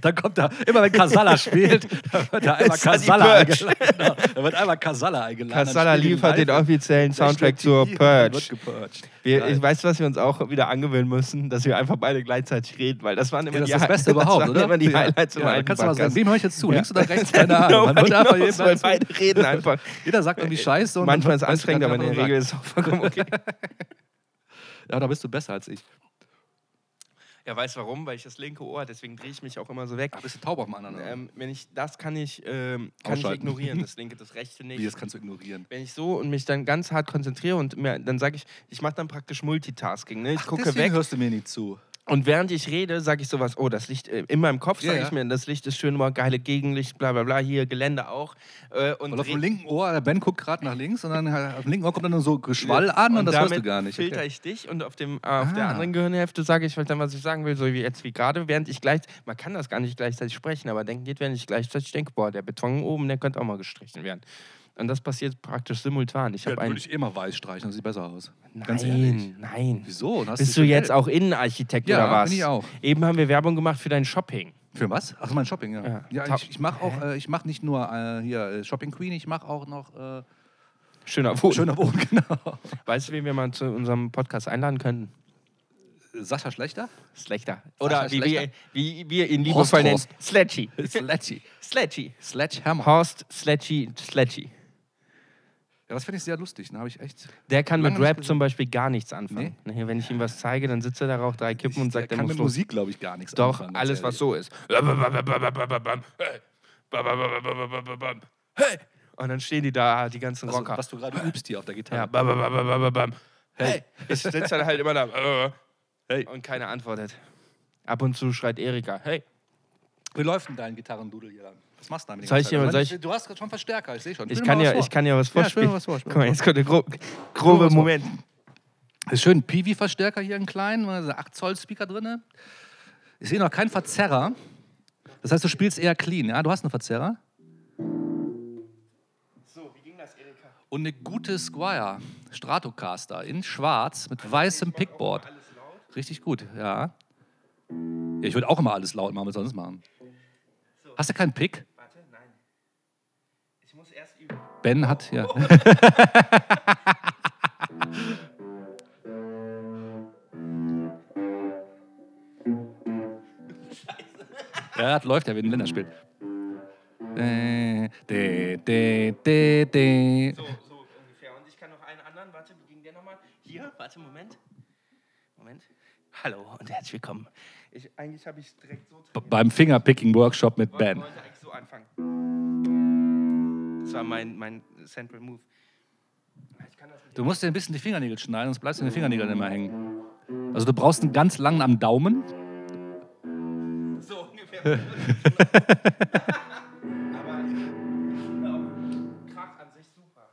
S4: Dann kommt da, immer wenn Kasala spielt, dann wird da einmal
S2: Ist da die
S4: Kasala
S2: Purge?
S4: eingeladen. Genau, Da wird einmal Kasala eingeladen. dann
S2: Casala
S4: spielen die
S2: liefert den
S4: live.
S2: offiziellen
S4: Da
S2: Soundtrack
S4: steht
S2: zur
S4: die-
S2: Purge.
S4: Wird gepurged.
S2: Wir,
S4: Geil.
S2: ich weiß, was wir uns auch wieder angewöhnen müssen, dass wir einfach beide gleichzeitig reden, weil das waren immer
S3: Ja, das
S2: die
S3: ist das
S2: Hi-
S3: Beste überhaupt,
S2: waren
S3: oder?
S2: Immer die Highlights im
S3: ja, dann
S2: alten
S3: kannst du mal
S2: Podcast. Genau,
S3: sagen, wem höre ich jetzt zu?
S2: Ja.
S3: Links oder rechts? Keine Ahnung. Man
S2: Nobody
S3: hört einfach
S2: knows, weil
S3: jeden
S2: beide reden einfach.
S3: Jeder sagt irgendwie Scheiße. Und
S2: Manchmal
S3: dann
S2: ist es
S3: weiß
S2: anstrengend,
S3: keiner,
S2: aber in der
S3: was er
S2: Regel ist es auch vollkommen okay.
S3: sagt. Ja, da bist du besser als ich.
S2: Ja, weißt du warum? Weil ich das linke Ohr, deswegen drehe ich mich auch immer so weg.
S3: Da bist du taub auf dem anderen Auge.
S2: Ähm, wenn ich, das kann ich, ähm, kann ich
S3: Ausschalten.
S2: ignorieren, das linke, das rechte nicht.
S3: Wie, das kannst du ignorieren.
S2: wenn ich so und mich dann ganz hart konzentriere und mir, dann sage ich, ich mache dann praktisch Multitasking. Ne? Ich gucke
S3: Deswegen
S2: weg
S3: hörst du mir nicht zu.
S2: Und während ich rede, sage ich sowas, oh, das Licht, äh, in meinem Kopf
S3: Ja,
S2: sage
S3: ja.
S2: ich mir, das Licht ist schön, mal geile Gegenlicht, bla bla bla, hier Gelände auch. Äh, und
S3: Weil auf
S2: re-
S3: dem linken Ohr, der Ben guckt gerade nach links und dann halt auf dem linken Ohr kommt dann nur so Geschwall an und, das
S2: damit
S3: hörst du gar nicht.
S2: filter
S3: Okay.
S2: ich dich und auf, dem, äh, auf der
S3: Ah.
S2: anderen Gehirnhälfte sage ich halt dann, was ich sagen will, so wie jetzt wie gerade, während ich gleich, man kann das gar nicht gleichzeitig sprechen, aber denken geht, während ich gleichzeitig denke, boah, der Beton oben, der könnte auch mal gestrichen werden. Und das passiert praktisch simultan. Ich
S3: Ja,
S2: habe
S3: dann
S2: einen.
S3: würde ich immer weiß streichen, das sieht besser aus. Ganz ehrlich.
S2: nein, nein.
S3: Wieso? Dann hast
S2: Bist du
S3: schon
S2: jetzt
S3: Geld.
S2: auch Innenarchitekt
S3: Ja,
S2: oder was?
S3: bin ich auch.
S2: Eben haben wir Werbung gemacht für dein Shopping.
S3: Für was? Ach, mein Shopping, ja.
S2: Ja.
S3: Ja,
S2: Ta-
S3: ich, ich mache auch, äh, ich mache nicht nur äh, hier äh, Shopping Queen, ich mache auch noch äh,
S2: Schöner Wohl.
S3: Schöner Wohn, genau.
S2: Weißt du, wen wir mal zu unserem Podcast einladen könnten?
S3: Sascha Schlechter?
S2: Schlechter. Oder wie,
S3: Schlechter?
S2: Wir, wie wir ihn liebevoll nennen,
S3: Horst
S2: Sledgy.
S3: Sledgy.
S2: Sledgy.
S3: Sledgehammer.
S2: Horst Sledgy Sledgy.
S3: Ja, das finde ich sehr lustig. Da habe ich echt.
S2: Der kann mit
S3: Lange nicht
S2: Rap
S3: gesehen.
S2: zum Beispiel gar nichts anfangen. Ne, Wenn ich ihm was zeige, dann sitzt er da raucht drei Kippen und
S3: Der
S2: sagt, der
S3: kann
S2: muss
S3: mit
S2: los.
S3: Musik, glaube ich, gar nichts
S2: Doch,
S3: anfangen, ganz
S2: alles, was
S3: ehrlich.
S2: so ist. Hey! Und dann stehen die da, die ganzen
S3: Also,
S2: Rocker.
S3: was du gerade übst hier auf der Gitarre.
S2: Ja, bam, bam, bam, bam, bam, bam. Hey, ich sitze dann halt immer da. äh, Hey. Und keiner antwortet. Ab und zu schreit Erika. Hey.
S3: Wie läuft denn dein Gitarrendudel hier dann? Was machst du damit?
S2: Soll ich dir mal- soll ich-
S3: Du hast gerade schon Verstärker, ich sehe schon.
S2: Ich
S3: Spiel
S2: kann,
S3: mal
S2: ja,
S3: was vor.
S2: ich kann ja was
S3: Ja, spiel
S2: vorspielen.
S3: mal was vor, spiel mal
S2: Guck mal,
S3: was
S2: jetzt kommt der gro
S3: mal
S2: grobe
S3: was vor.
S2: Moment.
S3: Ist schön Peewee Verstärker hier in klein, 8 Zoll Speaker drin. Ich sehe noch keinen Verzerrer. Das heißt, du spielst eher clean, ja? Du hast einen Verzerrer.
S2: So, wie ging das, Erika?
S3: Und eine gute Squire Stratocaster in schwarz mit weißem Pickboard. Richtig gut, ja. ja ich würde auch immer alles laut machen, was soll ich sonst machen. Hast du keinen Pick?
S2: Warte, nein. Ich muss erst üben.
S3: Ben hat, ne? ja. ja, das läuft ja, wenn ein Länder spielt. Äh, de, de, de, de.
S2: So, so ungefähr. Und ich kann noch einen anderen. Warte, wie ging der nochmal? Hier, warte, Moment. Moment. Hallo und herzlich willkommen. Ich, eigentlich habe ich es direkt so
S3: B- Beim Fingerpicking-Workshop mit
S2: wollte,
S3: Ben.
S2: wollte eigentlich so anfangen. Das war mein, mein Central Move. Ich kann das nicht.
S3: Du musst dir ein bisschen die Fingernägel schneiden, sonst bleibst du in den Fingernägeln immer hängen. Also du brauchst einen ganz langen am Daumen.
S2: So ungefähr. Aber Krach an sich super.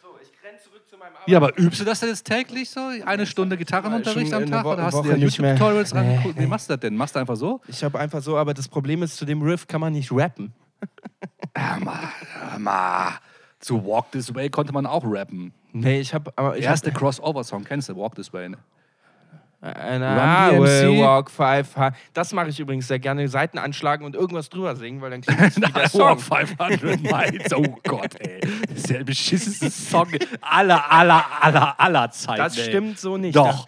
S2: So, ich renn zurück zu meinem
S3: Ja, aber übst du das denn jetzt täglich so? Eine Stunde Gitarrenunterricht
S2: Schon
S3: am
S2: in der
S3: Tag?
S2: Wo-
S3: Oder hast du
S2: Woche
S3: dir
S2: nicht mehr.
S3: YouTube-Tutorials
S2: Nee,
S3: angeguckt?
S2: nee.
S3: Wie machst du das denn? Machst du einfach so?
S2: Ich habe einfach so, aber das Problem ist, zu dem Riff kann man nicht rappen.
S3: Ma, zu Walk This Way konnte man auch rappen.
S2: Nee, ich habe aber ich hab-
S3: Erste Crossover-Song, kennst du, Walk This Way. Ne?
S2: And I
S3: Run
S2: will
S3: DMC.
S2: walk five high. Das mache ich übrigens sehr gerne. Seiten anschlagen und irgendwas drüber singen, weil dann klingt es wie der Song.
S3: Walk 500 Miles, oh Gott, ey. Das ist der beschissenste Song aller, aller, aller, aller Zeiten.
S2: Das
S3: ey.
S2: stimmt so nicht.
S3: Doch.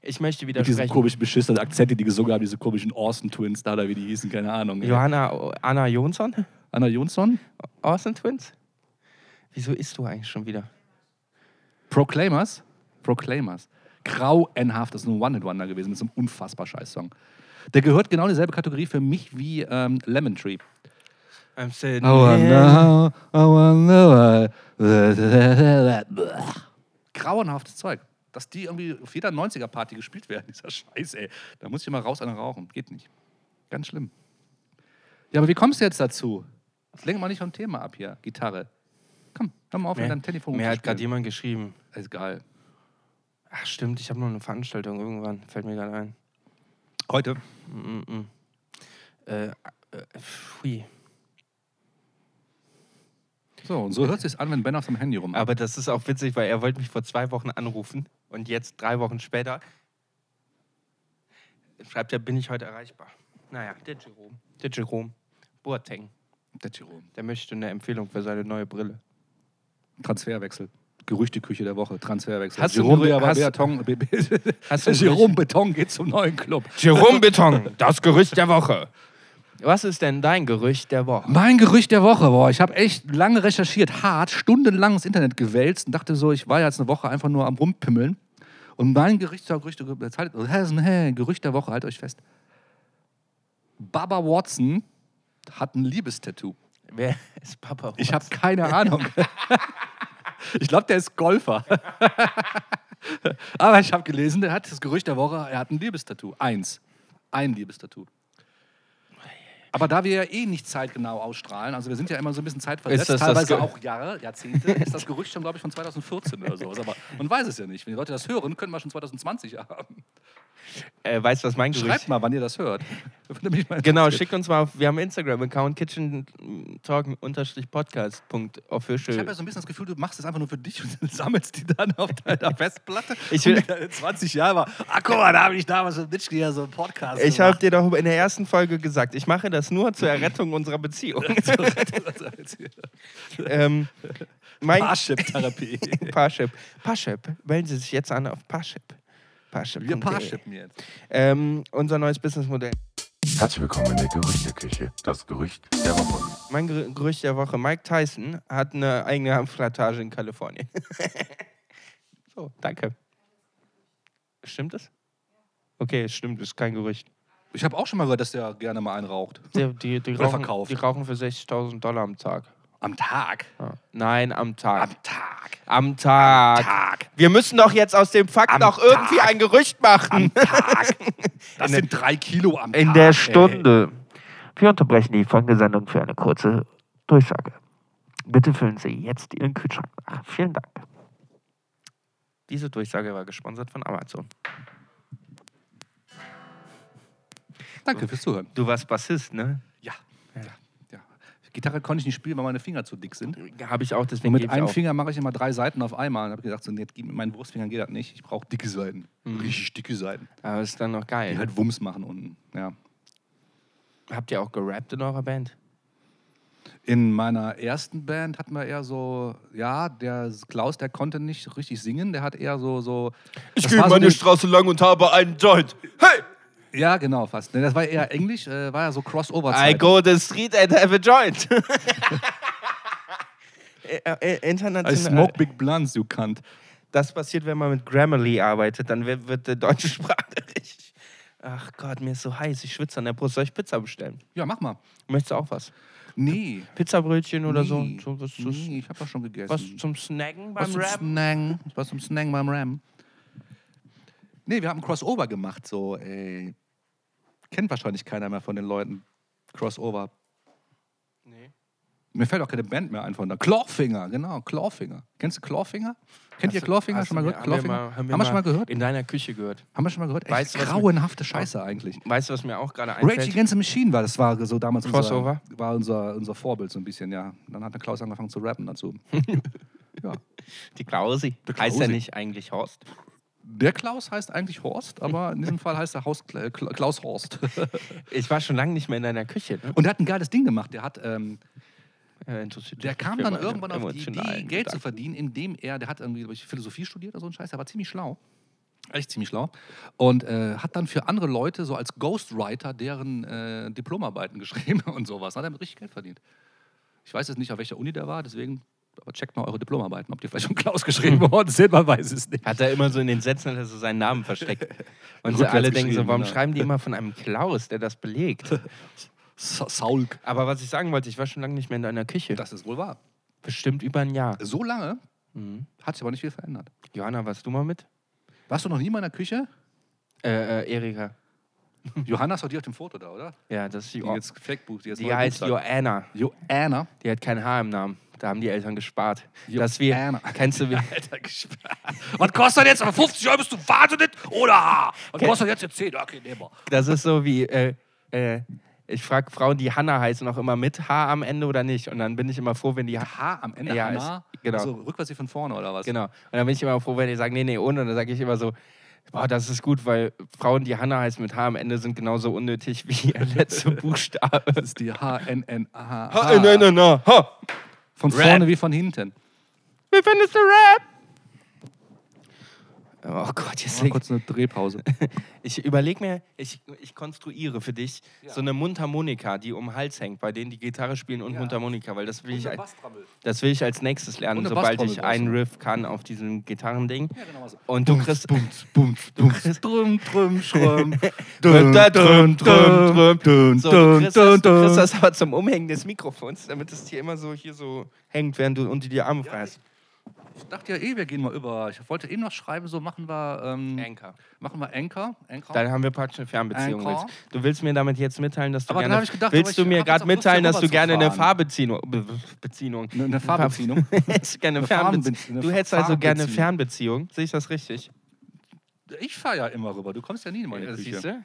S2: Ich möchte
S3: Mit diesen
S2: widersprechen.
S3: komischen beschissenen Akzente, die gesungen haben, diese komischen Orson Twins, da oder wie die hießen, keine Ahnung. ey.
S2: Johanna Anna Jonsson?
S3: Anna Jonsson,
S2: Austin Twins? Wieso isst du eigentlich schon wieder?
S3: Proclaimers, Proclaimers. Grauenhaft, das ist ein One-Hit-Wonder gewesen mit so einem unfassbar scheiß Song. Der gehört genau in dieselbe Kategorie für mich wie ähm, Lemon Tree.
S2: I'm sitting
S3: know, I wanna know. Grauenhaftes Zeug. Dass die irgendwie auf jeder 90er-Party gespielt werden, dieser Scheiß, ey. Da muss ich mal raus einen rauchen. Geht nicht. Ganz schlimm. Ja, aber wie kommst du jetzt dazu? Jetzt lenk mal nicht vom Thema ab hier, Gitarre. Komm, hör mal auf mit
S2: Mir,
S3: deinem Telefon.
S2: mir hat gerade
S3: rumzuspielen.
S2: jemand geschrieben.
S3: Ist geil.
S2: Ach stimmt, ich habe noch eine Veranstaltung irgendwann. Fällt mir gerade ein. Mm,
S3: Heute.
S2: Äh, äh, pfui.
S3: So, und so hört sich's an, wenn Ben auf seinem Handy rum.
S2: Aber das ist auch witzig, weil er wollte mich vor zwei Wochen anrufen und jetzt drei Wochen später schreibt er, bin ich heute erreichbar. Naja, der Jerome. Der Jerome Boateng,
S3: Der Jerome.
S2: der möchte eine Empfehlung für seine neue Brille.
S3: Transferwechsel. Gerüchteküche der Woche. Transferwechsel.
S2: Hast du
S3: Jerome,
S2: Gerü-
S3: der bei
S2: hast-
S3: Beaton, Be Be
S2: Hast du
S3: Jerome Beton geht zum neuen Club.
S2: Jerome Beton, das Gerücht der Woche. Was ist denn dein Gerücht der Woche?
S3: Mein Gerücht der Woche, boah, ich habe echt lange recherchiert, hart, stundenlang ins Internet gewälzt und dachte so, ich war ja jetzt eine Woche einfach nur am Rumpimmeln. Und mein Gerücht der, Gerücht, jetzt haltet- hey, Gerücht der Woche, haltet euch fest. Baba Watson hat ein Liebestattoo.
S2: Wer ist Papa?
S3: Ich habe keine Ahnung. ich glaube, der ist Golfer. Aber ich habe gelesen, der hat das Gerücht der Woche, er hat ein Liebestattoo. Eins. Ein Liebestattoo. Aber da wir ja eh nicht zeitgenau ausstrahlen, also wir sind ja immer so ein bisschen zeitversetzt,
S4: Ist das das
S3: teilweise
S4: Ge-
S3: auch Jahre, Jahrzehnte, ist das Gerücht schon, glaube ich, von 2014 oder sowas. Aber man weiß es ja nicht. Wenn die Leute das hören, können wir schon 2020 haben.
S2: Äh, weißt du, was mein Gerücht
S3: Schreibt mal, wann ihr das hört. Würde mich mal
S2: Genau,
S3: interessieren.
S2: schickt uns mal auf, wir haben einen Instagram-Account, kitchen-talk-podcast.official.
S3: Ich habe ja so ein bisschen das Gefühl, du machst es einfach nur für dich und sammelst die dann auf deiner Festplatte.
S2: Ich will-
S3: Und dann in 20 Jahren war, ah guck mal, da habe ich damals mit Ditschke ja so einen Podcast
S2: Ich habe dir doch in der ersten Folge gesagt, ich mache das nur zur Errettung unserer Beziehung. ähm, mein
S3: Parship-Therapie.
S2: Parship. Parship. Melden Sie sich jetzt an auf Parship. Parship.
S3: Wir Parshipen jetzt.
S2: Ähm, unser neues Businessmodell.
S1: Herzlich willkommen in der Gerüchteküche. Das Gerücht der Woche.
S2: Mein Gerü- Gerücht der Woche: Mike Tyson hat eine eigene Hanfplantage in Kalifornien. so, danke. Stimmt das? Okay, es stimmt, ist kein Gerücht.
S3: Ich habe auch schon mal gehört, dass der gerne mal einen raucht.
S2: Die, die, die,
S3: Oder
S2: rauchen,
S3: verkauft.
S2: die rauchen für 60.000 Dollar am Tag.
S3: Am Tag.
S2: Ja. Nein, am Tag.
S3: Am Tag.
S2: Am Tag.
S3: Tag.
S2: Wir müssen doch jetzt aus dem Fakt
S3: Am
S2: auch irgendwie
S3: Tag.
S2: ein Gerücht machen.
S3: Tag. Das sind drei Kilo am Tag. ey.
S2: Wir unterbrechen die folgende Sendung für eine kurze Durchsage. Bitte füllen Sie jetzt Ihren Kühlschrank nach. Vielen Dank. Diese Durchsage war gesponsert von Amazon.
S3: Danke fürs Zuhören.
S2: Du warst Bassist, ne?
S3: Ja. ja. ja. Gitarre konnte ich nicht spielen, weil meine Finger zu dick sind.
S2: Habe ich auch, deswegen
S3: Und mit
S2: gebe
S3: einem
S2: ich auf.
S3: Finger mache ich immer drei Seiten auf einmal. Und habe gesagt, so, nee, mit meinen Wurstfingern geht das nicht. Ich brauche dicke Seiten.
S2: Mhm.
S3: Richtig dicke Seiten.
S2: Aber ist dann noch
S3: Die
S2: geil.
S3: halt Wumms machen unten. Ja.
S2: Habt ihr auch gerappt in eurer Band?
S3: In meiner ersten Band hatten wir eher so, ja, der Klaus, der konnte nicht richtig singen, der hat eher so, so. das war so eine-
S2: Straße lang und habe einen Joint. Hey!
S3: Ja, genau, fast. Nee, Das war eher Englisch, äh, war ja so crossover
S2: I go the street and have a joint. Äh, äh, International.
S3: I smoke big blunts, you cunt.
S2: Das passiert, wenn man mit Grammarly arbeitet, dann wird, wird die deutsche Sprache richtig. Ach Gott, mir ist so heiß, ich schwitze an der Brust. Soll ich Pizza bestellen?
S3: Ja, mach mal.
S2: Möchtest du auch was?
S3: Nee.
S2: Pizzabrötchen oder so?
S3: nee,
S2: so was, zu-
S3: nee, ich hab doch schon gegessen.
S2: was zum Snacken
S3: was
S2: beim
S3: zum
S2: Rap?
S3: Snang, was zum Snang beim Ram. Nee, wir haben Crossover gemacht, so, ey. Kennt wahrscheinlich keiner mehr von den Leuten. Crossover.
S2: Nee.
S3: Mir fällt auch keine Band mehr ein von da. Clawfinger, genau, Clawfinger. Kennst du Clawfinger? Kennt ihr
S2: Hast du-
S3: Clawfinger?
S2: hast
S3: Schon
S2: du
S3: mal
S2: mir-
S3: gehört?
S2: Haben wir,
S3: Clawfinger?
S2: mal, haben, wir
S3: wir schon mal gehört?
S2: In deiner Küche gehört.
S3: Haben wir schon mal gehört? Echt
S2: Weißt du, was mir-
S3: grauenhafte Scheiße eigentlich.
S2: Weißt du, was mir auch gerade einfällt?
S3: Rage Against the Machine war das war so damals
S2: Crossover?
S3: Unser, war unser, unser Vorbild so ein bisschen, ja. Dann hat der Klaus angefangen zu rappen dazu. ja.
S2: Die Klausi.
S3: Der
S2: Heißt er
S3: Klausi.
S2: nicht eigentlich Horst?
S3: Der Klaus heißt eigentlich Horst, aber in diesem Fall heißt er Haus, Kla- Kla- Klaus Horst.
S2: Ich war schon lange nicht mehr in deiner Küche. Ne?
S3: Und er hat ein geiles Ding gemacht. Der hat ähm,
S2: Äh, interessiert
S3: Der
S2: dich
S3: kam
S2: für
S3: dann
S2: meine
S3: irgendwann auf die Idee,
S2: emotionalen
S3: Geld zu
S2: Gedanken.
S3: verdienen, indem er, der hat irgendwie glaub ich, Philosophie studiert oder so ein Scheiß, der war ziemlich schlau. Echt ziemlich schlau. Und äh, hat dann für andere Leute so als Ghostwriter deren äh, Diplomarbeiten geschrieben und sowas. Hat damit richtig Geld verdient. Ich weiß jetzt nicht, auf welcher Uni der war, deswegen, aber checkt mal eure Diplomarbeiten, ob die vielleicht von Klaus geschrieben worden sind, man weiß es nicht.
S2: Hat er immer so in den Sätzen hat er so seinen Namen versteckt. Und so
S3: Rückwärts
S2: alle denken so,
S3: geschrieben,
S2: warum
S3: genau.
S2: schreiben die immer von einem Klaus, der das belegt?
S3: Sa- Saulk.
S2: Aber was ich sagen wollte, ich war schon lange nicht mehr in deiner Küche.
S3: Das ist wohl wahr.
S2: Bestimmt über ein Jahr.
S3: So lange
S2: Mhm.
S3: hat sich aber nicht viel verändert.
S2: Johanna, warst du mal mit?
S3: Warst du noch nie in meiner Küche?
S2: Äh, äh, Erika.
S3: Johanna ist doch die auf dem Foto da, oder?
S2: Hm. Ja, das ist die.
S3: Die jetzt Fake-Buch, die jetzt
S2: die
S3: neue
S2: heißt
S3: Buch
S2: Joanna.
S3: sagt. Joanna.
S2: Die hat kein Haar im Namen. Da haben die Eltern gespart.
S3: Jo-
S2: Dass wir,
S3: Anna.
S2: Kennst du, wie,
S3: Alter, gesperrt. Was kostet das jetzt? Aber 50 Euro bist du wahnsinnig? Oder Haar? Was kostet das jetzt? jetzt 10? Okay, nehmen wir.
S2: das ist so wie, äh, äh, ich frage Frauen, die Hanna heißen, auch immer mit Haar am Ende oder nicht. Und dann bin ich immer froh, wenn die Haar.
S3: Haar am Ende,
S2: Ja,
S3: Anna?
S2: ist- genau.
S3: Also rückwärts wie von vorne oder was?
S2: Genau. Und dann bin ich immer froh, wenn die sagen, nee, nee, ohne. Und dann sage ich immer so, boah, das ist gut, weil Frauen, die Hanna heißt mit H am Ende, sind genauso unnötig wie ihr letzter Buchstabe.
S3: Das ist die HNNA.
S2: nein, ha!
S3: Von
S2: Red.
S3: vorne wie von hinten.
S2: Wie findest du Rap? Oh Gott, jetzt
S3: Mal kurz eine Drehpause.
S2: ich überlege mir, ich, ich konstruiere für dich so eine Mundharmonika, die um den Hals hängt, bei denen die Gitarre spielen und
S3: Ja.
S2: Mundharmonika, weil das will, ich, als-
S3: Basstrommel.
S2: das will ich als nächstes lernen,
S3: Und eine
S2: sobald ich
S3: Basstrommel
S2: einen Riff kann auf diesem Gitarrending.
S3: Ja, genau so.
S2: Und du kriegst,
S3: Bums, bums, bums. Drum, drum, schrumm.
S2: Dum, da, drum, drum,
S3: drum,
S2: So, du kriegst, das, du kriegst das aber zum Umhängen des Mikrofons, damit es dir immer so hier so hängt, während du unter die Arme frei hast.
S3: Ich dachte ja eh, wir gehen mal über. Ich wollte eh noch schreiben, so machen wir. Ähm,
S2: Anchor.
S3: Machen wir Anchor. Anchor.
S2: Hm. Dann haben wir praktisch eine Fernbeziehung.
S3: Anchor.
S2: Willst. Du willst mir damit jetzt mitteilen, dass du
S3: Aber dann
S2: gerne.
S3: hab ich gedacht, aber
S2: willst du
S3: ich
S2: mir
S3: hab
S2: gerade
S3: jetzt auch Lust, hier
S2: mitteilen, dass du
S3: rüber zu
S2: gerne eine
S3: fahren.
S2: Fahrbeziehung. Be Be- Beziehung.
S3: Eine- eine Fahrbeziehung?
S2: Hättest gerne
S3: Eine Farbenbezie-
S2: Fernbeziehung.
S3: eine
S2: Du hättest also gerne
S3: Fahrbeziehung.
S2: Fernbeziehung. Sehe ich das richtig?
S3: Ich fahre ja immer rüber. Du kommst ja nie in meine
S2: Äh,
S3: Küche.
S2: siehste?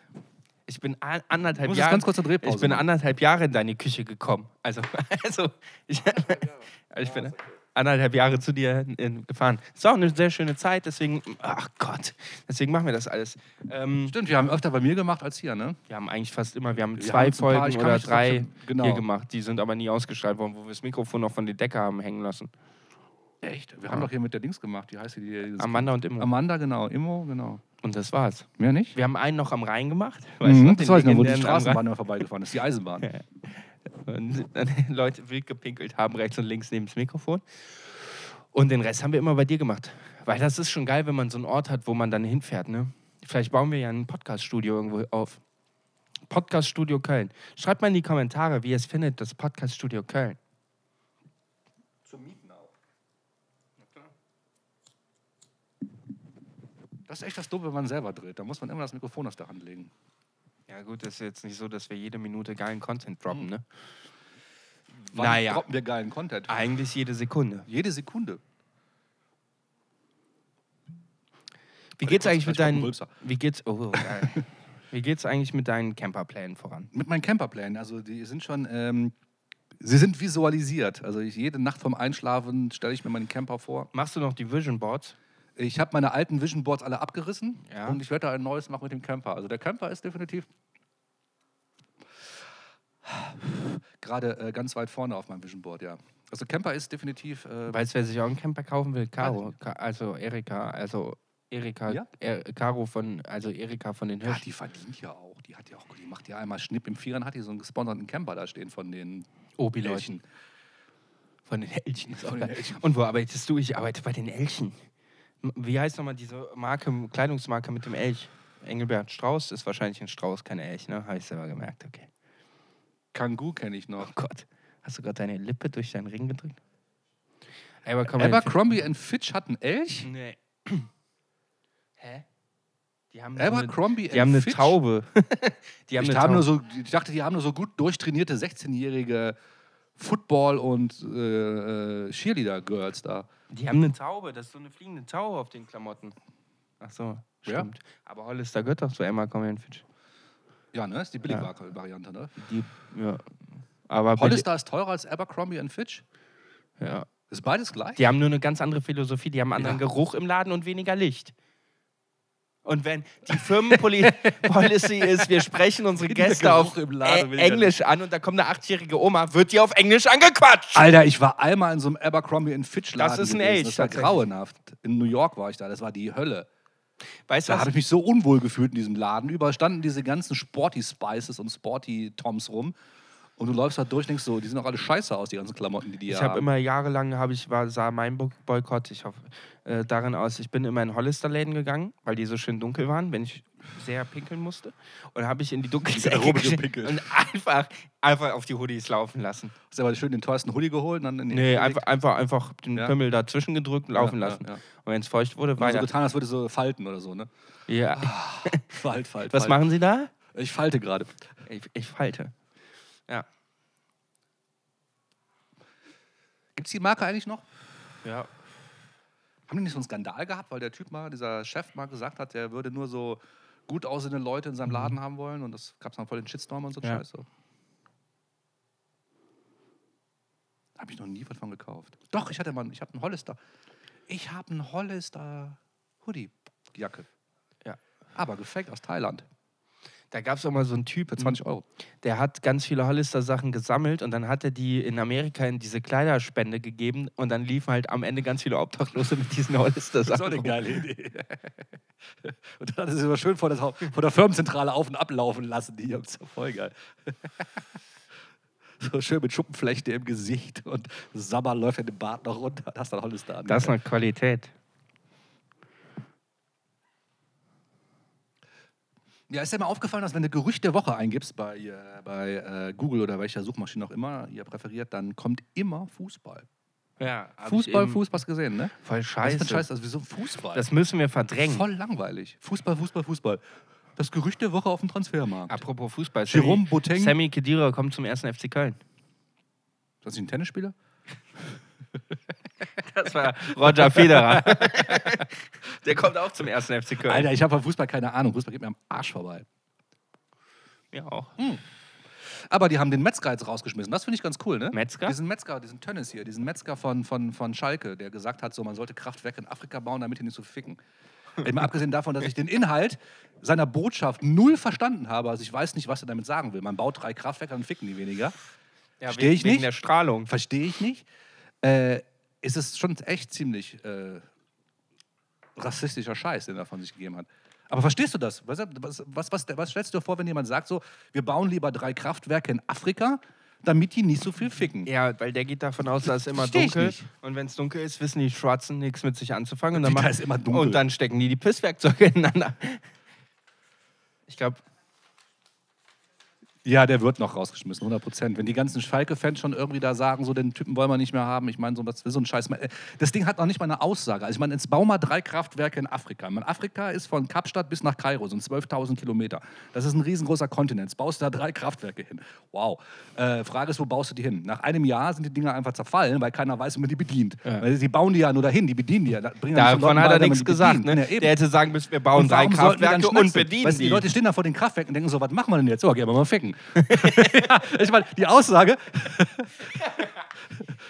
S2: Ich bin a- anderthalb
S3: muss jetzt
S2: Jahre.
S3: ganz kurz eine Drehpause
S2: ich bin
S3: machen.
S2: anderthalb Jahre in deine Küche gekommen. Also, also ich, ich bin anderthalb Jahre zu dir in, in, gefahren. Ist auch eine sehr schöne Zeit, deswegen, ach Gott, deswegen machen wir das alles. Ähm,
S3: Stimmt, wir haben öfter bei mir gemacht als hier, ne?
S2: wir haben eigentlich fast immer, wir haben
S3: Wir
S2: zwei
S3: haben jetzt ein paar,
S2: Folgen
S3: ich kann
S2: oder
S3: mich- ich
S2: drei
S3: hab- genau.
S2: hier gemacht. Die sind aber nie ausgestrahlt worden, wo wir das Mikrofon noch von der Decke haben hängen lassen.
S3: Echt? Wir haben doch hier mit der Dings gemacht. Wie heißt die? die dieses-
S2: Amanda und Immo.
S3: Amanda, genau. Immo, genau.
S2: Und das war's.
S3: Mehr nicht?
S2: Wir haben einen noch am Rhein gemacht.
S3: Mhm,
S2: noch,
S3: das
S2: den
S3: weiß ich noch, wo die
S2: legendären am
S3: Straßenbahn immer vorbeigefahren ist. Die Eisenbahn.
S2: und dann Leute wild gepinkelt haben, rechts und links neben das Mikrofon. Und den Rest haben wir immer bei dir gemacht. Weil das ist schon geil, wenn man so einen Ort hat, wo man dann hinfährt. Ne? Vielleicht bauen wir ja ein Podcast-Studio irgendwo auf. Podcast-Studio Köln. Schreibt mal in die Kommentare, wie ihr es findet, das Podcast-Studio Köln.
S3: Zum Mieten auch. Das ist echt das Dumme, wenn man selber dreht. Da muss man immer das Mikrofon aus der Hand legen.
S2: Ja gut, das ist jetzt nicht so, dass wir jede Minute geilen Content droppen, ne?
S3: Wann
S2: Naja.
S3: droppen wir geilen Content?
S2: Eigentlich jede Sekunde.
S3: Jede Sekunde.
S2: Wie geht's eigentlich mit
S3: Vielleicht kommt ein
S2: deinen...
S3: Rülpser.
S2: Wie geht's... Oh, geil. Wie geht's eigentlich mit deinen Camperplänen voran?
S3: Mit meinen Camperplänen, also die sind schon, ähm, sie sind visualisiert. Also ich, jede Nacht vorm Einschlafen stelle ich mir meinen Camper vor.
S2: Machst du noch die Vision Boards?
S3: Ich habe meine alten Vision Boards alle abgerissen
S2: Ja.
S3: und ich werde da ein neues machen mit dem Camper. Also der Camper ist definitiv gerade äh, ganz weit vorne auf meinem Vision Board, ja. Also Camper ist definitiv äh,
S2: Weißt du, wer sich auch einen Camper kaufen will? Caro.
S3: Weiß
S2: Ka also Erika. Also Erika.
S3: Ja? Ah,
S2: Er Caro von. Also Erika von den
S3: ja,
S2: Hirschen.
S3: die verdient ja auch. Die hat ja auch, die macht ja einmal Schnipp im Vierern, hat die so einen gesponserten Camper da stehen von den
S2: Obi-Leuten.
S3: Leuten.
S2: Von den Elchen. Ist auch
S3: Von den
S2: geil.
S3: Elchen.
S2: Und wo arbeitest du? Ich arbeite bei den Elchen. M- Wie heißt nochmal diese Marke, Kleidungsmarke mit dem Elch? Engelbert Strauß ist wahrscheinlich ein Strauß, kein Elch, ne? Habe ich selber gemerkt, okay.
S3: Kangoo kenne ich noch.
S2: Oh Gott. Hast du gerade deine Lippe durch deinen Ring gedrückt? Abercrombie.
S3: Abercrombie and Fitch hat einen Elch?
S2: Nee. Hä? Die haben so eine-
S3: Abercrombie
S2: Die haben eine
S3: Fitch?
S2: Taube. Die haben
S3: ich,
S2: eine Taube.
S3: haben nur so, ich dachte, die haben nur so gut durchtrainierte 16-jährige Football- und äh, äh, Cheerleader-Girls da.
S2: Die haben eine Taube, das ist so eine fliegende Taube auf den Klamotten. Ach so,
S3: Ja.
S2: stimmt. Aber Hollister gehört doch zu Emma Common Fitch.
S3: Ja, ne? Ist die Billig-Variante, ne?
S2: Die, ja. Aber Billy-
S3: Hollister ist teurer als Abercrombie and Fitch?
S2: ja.
S3: Ist beides gleich?
S2: Die haben nur eine ganz andere Philosophie. Die haben einen anderen
S3: Ja.
S2: Geruch im Laden und weniger Licht. Und wenn die Firmenpolicy ist, wir sprechen unsere
S3: Weniger
S2: Gäste auf
S3: Geruch im Laden,
S2: Ä-
S3: weniger
S2: Englisch an und da kommt eine achtjährige Oma, wird die auf Englisch angequatscht.
S3: Alter, ich war einmal in so einem Abercrombie and Fitch-Laden.
S2: Das ist ein
S3: gewesen.
S2: Elch,
S3: Das war
S2: tatsächlich.
S3: grauenhaft. In New York war ich da, das war die Hölle.
S2: Weißt du,
S3: Da
S2: was
S3: habe ich mich so unwohl gefühlt in diesem Laden. Überstanden diese ganzen Sporty Spices und Sporty Toms rum. Und du läufst da durch und denkst so, die sehen doch alle scheiße aus, die ganzen Klamotten, die die
S2: Ich
S3: haben.
S2: habe immer jahrelang, habe ich war, sah mein Bo- Boykott, ich hoffe, äh, darin aus. Ich bin immer in Hollister-Läden gegangen, weil die so schön dunkel waren, wenn ich sehr pinkeln musste. Und habe ich in die dunkelste Ecke
S3: Garderobe
S2: gepinkelt.
S3: gepinkelt.
S2: und einfach, einfach auf die Hoodies laufen lassen.
S3: Hast du aber schön den teuersten Hoodie geholt und dann in den
S2: Nee,
S3: Ecken
S2: einfach,
S3: gelegt?
S2: einfach, einfach den
S3: Ja.
S2: Pimmel dazwischen gedrückt und laufen
S3: Ja, ja,
S2: lassen.
S3: ja.
S2: Und wenn es feucht wurde,
S3: Und dann so
S2: weiter.
S3: getan, als würde so falten oder so, ne?
S2: ja.
S3: Falt, falt.
S2: Was
S3: falt.
S2: machen Sie da?
S3: Ich falte gerade.
S2: Ich, ich falte. Ja.
S3: Gibt es die Marke eigentlich noch?
S2: ja.
S3: Haben die nicht so einen Skandal gehabt, weil der Typ mal, dieser Chef mal gesagt hat, der würde nur so gut aussehende Leute in seinem Laden haben wollen und das gab es dann voll den Shitstorm und so
S2: Mhm. Ja.
S3: Scheiße. Habe ich noch nie was von gekauft. Doch, ich hatte mal, ich habe einen Hollister. Ich habe einen Hollister Hoodie-Jacke.
S2: Ja.
S3: Aber gefaked aus Thailand.
S2: Da gab es auch mal so einen Typ,
S3: Für 20 Euro.
S2: der hat ganz viele Hollister-Sachen gesammelt und dann hat er die in Amerika in diese Kleiderspende gegeben und dann liefen halt am Ende ganz viele Obdachlose mit diesen
S3: Das ist auch
S2: Hollister-Sachen.
S3: eine
S2: rum.
S3: geile Idee. Und dann hat er sich immer schön vor, das, Hau- vor der Firmenzentrale auf und ablaufen lassen. Die haben es ja voll geil. So schön mit Schuppenflechte im Gesicht und Sabber läuft in den Bart noch runter. Das ist dann Hollister an.
S2: Das ist eine Qualität.
S3: Ja, ist dir mal aufgefallen, dass wenn du Gerücht der Woche eingibst bei, äh, bei äh, Google oder welcher Suchmaschine auch immer ihr präferiert, dann kommt immer Fußball.
S2: Ja, hab ich
S3: Fußball,
S2: eben-
S3: Fußball hast du gesehen, ne?
S2: Voll
S3: Was ist
S2: scheiße.
S3: denn scheiße? Also wieso Fußball?
S2: Das müssen wir verdrängen.
S3: Voll langweilig. Fußball, Fußball, Fußball. Das Gerücht der Woche auf dem Transfermarkt.
S2: Apropos Fußball.
S3: Jerome
S2: Sammy-
S3: Boateng.
S2: Sammy Kedira kommt zum ersten FC Köln.
S3: Ist das nicht ein Tennisspieler?
S2: Das war Roger Federer. Der kommt auch zum ersten FC Köln.
S3: Alter, ich habe von Fußball keine Ahnung. Fußball geht mir am Arsch vorbei.
S2: Ja, auch.
S3: Aber die haben den Metzger jetzt rausgeschmissen. Das finde ich ganz cool, ne?
S2: Metzger?
S3: Diesen Metzger, diesen Tönnis hier, diesen Metzger von, von, von Schalke, der gesagt hat, so, man sollte Kraftwerke in Afrika bauen, damit die nicht so ficken. Ey, Mal abgesehen davon, dass ich den Inhalt seiner Botschaft null verstanden habe. Also ich weiß nicht, was er damit sagen will. Man baut drei Kraftwerke und ficken die weniger.
S2: Ja,
S3: Versteh ich
S2: wegen
S3: nicht.
S2: der Strahlung.
S3: Verstehe ich nicht. Äh, ist es schon echt ziemlich äh, rassistischer Scheiß, den er von sich gegeben hat. Aber verstehst du das? Was, was, was, was, was stellst du dir vor, wenn jemand sagt, so, wir bauen lieber drei Kraftwerke in Afrika, damit die nicht so viel ficken?
S2: Ja, weil der geht davon aus, dass es immer
S3: Versteh ich
S2: dunkel
S3: nicht.
S2: Und wenn es dunkel ist, wissen die Schwarzen nichts mit sich anzufangen. Und
S3: Die
S2: dann,
S3: da
S2: machen-
S3: ist immer dunkel.
S2: und dann stecken die die Pisswerkzeuge ineinander. Ich glaube,
S3: Ja, der wird noch rausgeschmissen, 100 Prozent. Wenn die ganzen Schalke-Fans schon irgendwie da sagen, so den Typen wollen wir nicht mehr haben, ich meine, so, das will so ein Scheiß. mal- äh, Das Ding hat noch nicht mal eine Aussage. Also, ich meine, jetzt bauen wir drei Kraftwerke in Afrika. Ich meine, Afrika ist von Kapstadt bis nach Kairo, sind 12.000 Kilometer. Das ist ein riesengroßer Kontinent. Jetzt baust du da drei Kraftwerke hin. Wow. Äh, Frage ist, wo baust du die hin? Nach einem Jahr sind die Dinger einfach zerfallen, weil keiner weiß, wie man die bedient. Weil sie bauen die ja nur dahin, die bedienen die ja. Da bringen ja nicht so
S2: davon
S3: Leuten
S2: hat er
S3: bei, wenn man
S2: nichts
S3: die
S2: gesagt.
S3: bedient.
S2: Ne?
S3: Ja, eben.
S2: der hätte sagen müssen, wir bauen drei
S3: warum sollten die
S2: Kraftwerke
S3: dann Schnack
S2: und
S3: sind?
S2: bedienen
S3: weißt, du,
S2: die.
S3: Die Leute stehen da vor den Kraftwerken und denken so, was machen wir denn jetzt? So, gehen wir mal ficken. ich meine, die Aussage,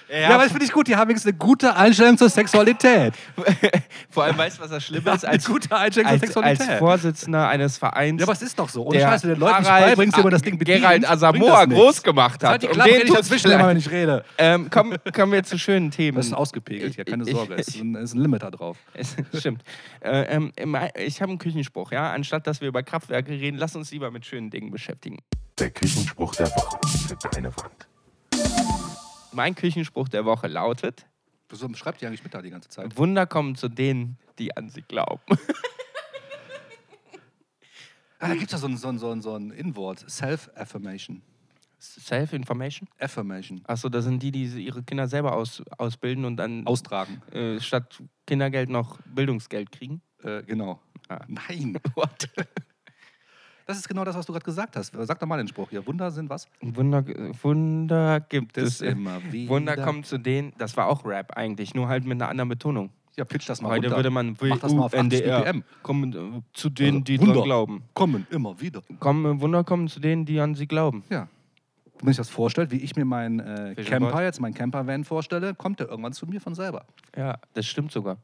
S3: ja, aber das finde ich gut, die haben jetzt eine gute Einstellung zur Sexualität.
S2: Vor allem, weißt du, was das Schlimme ist?
S3: Eine
S2: Als,
S3: gute Einstellung zur
S2: als, als
S3: Sexualität.
S2: Vorsitzender eines Vereins,
S3: ja, aber es ist doch so. Ohne
S2: der
S3: Scheiße, den Leuten nicht
S2: Harald-
S3: beibringst, wie man das
S2: Ah,
S3: Ding bedient.
S2: Gerald Asamoa groß gemacht hat.
S3: Halt die
S2: Um
S3: Klappe,
S2: den
S3: red ich
S2: tut's
S3: dazwischen immer, wenn
S2: vielleicht.
S3: ich rede.
S2: Ähm, kommen, kommen wir zu schönen Themen.
S3: Das ist ausgepegelt hier, keine
S2: Ich-
S3: Sorge. Es ist ein, es ist ein Limiter drauf.
S2: Es stimmt. Äh, ähm, im- ich habe einen Küchenspruch, ja. Anstatt dass wir über Kraftwerke reden, lass uns lieber mit schönen Dingen beschäftigen.
S1: Der Küchenspruch der Woche für deine Wand.
S2: Mein Küchenspruch der Woche lautet:
S3: Wieso schreibt ihr eigentlich mit da die ganze Zeit?
S2: Wunder kommen zu denen, die an sie glauben.
S3: Ah, da gibt es ja so ein, so ein, so ein, so ein Inwort. Self-Affirmation.
S2: Self-Information?
S3: Affirmation.
S2: Achso, das sind die, die sie- ihre Kinder selber aus, ausbilden und dann
S3: Austragen.
S2: äh, statt Kindergeld noch Bildungsgeld kriegen.
S3: Äh, genau.
S2: Ah.
S3: Nein.
S2: What?
S3: Das ist genau das, was du gerade gesagt hast. Sag doch mal den Spruch hier. Wunder äh, sind was?
S2: Wunder, Wunder gibt es
S3: immer wieder.
S2: äh, Wunder kommen zu denen, das war auch Rap eigentlich, nur halt mit einer anderen Betonung.
S3: Ja, pitch das mal
S2: Heute
S3: runter.
S2: würde man
S3: Mach das mal auf 80 BPM.
S2: Kommen äh, zu denen, die
S3: Also Wunder.
S2: dran glauben.
S3: Kommen immer wieder.
S2: Kommen, äh, Wunder kommen zu denen, die an sie glauben.
S3: Ja. Wenn ich das vorstelle, wie ich mir meinen äh,
S2: Vision
S3: Camper
S2: Board.
S3: jetzt, meinen Camper-Van vorstelle, kommt der irgendwann zu mir von selber.
S2: Ja, das stimmt sogar.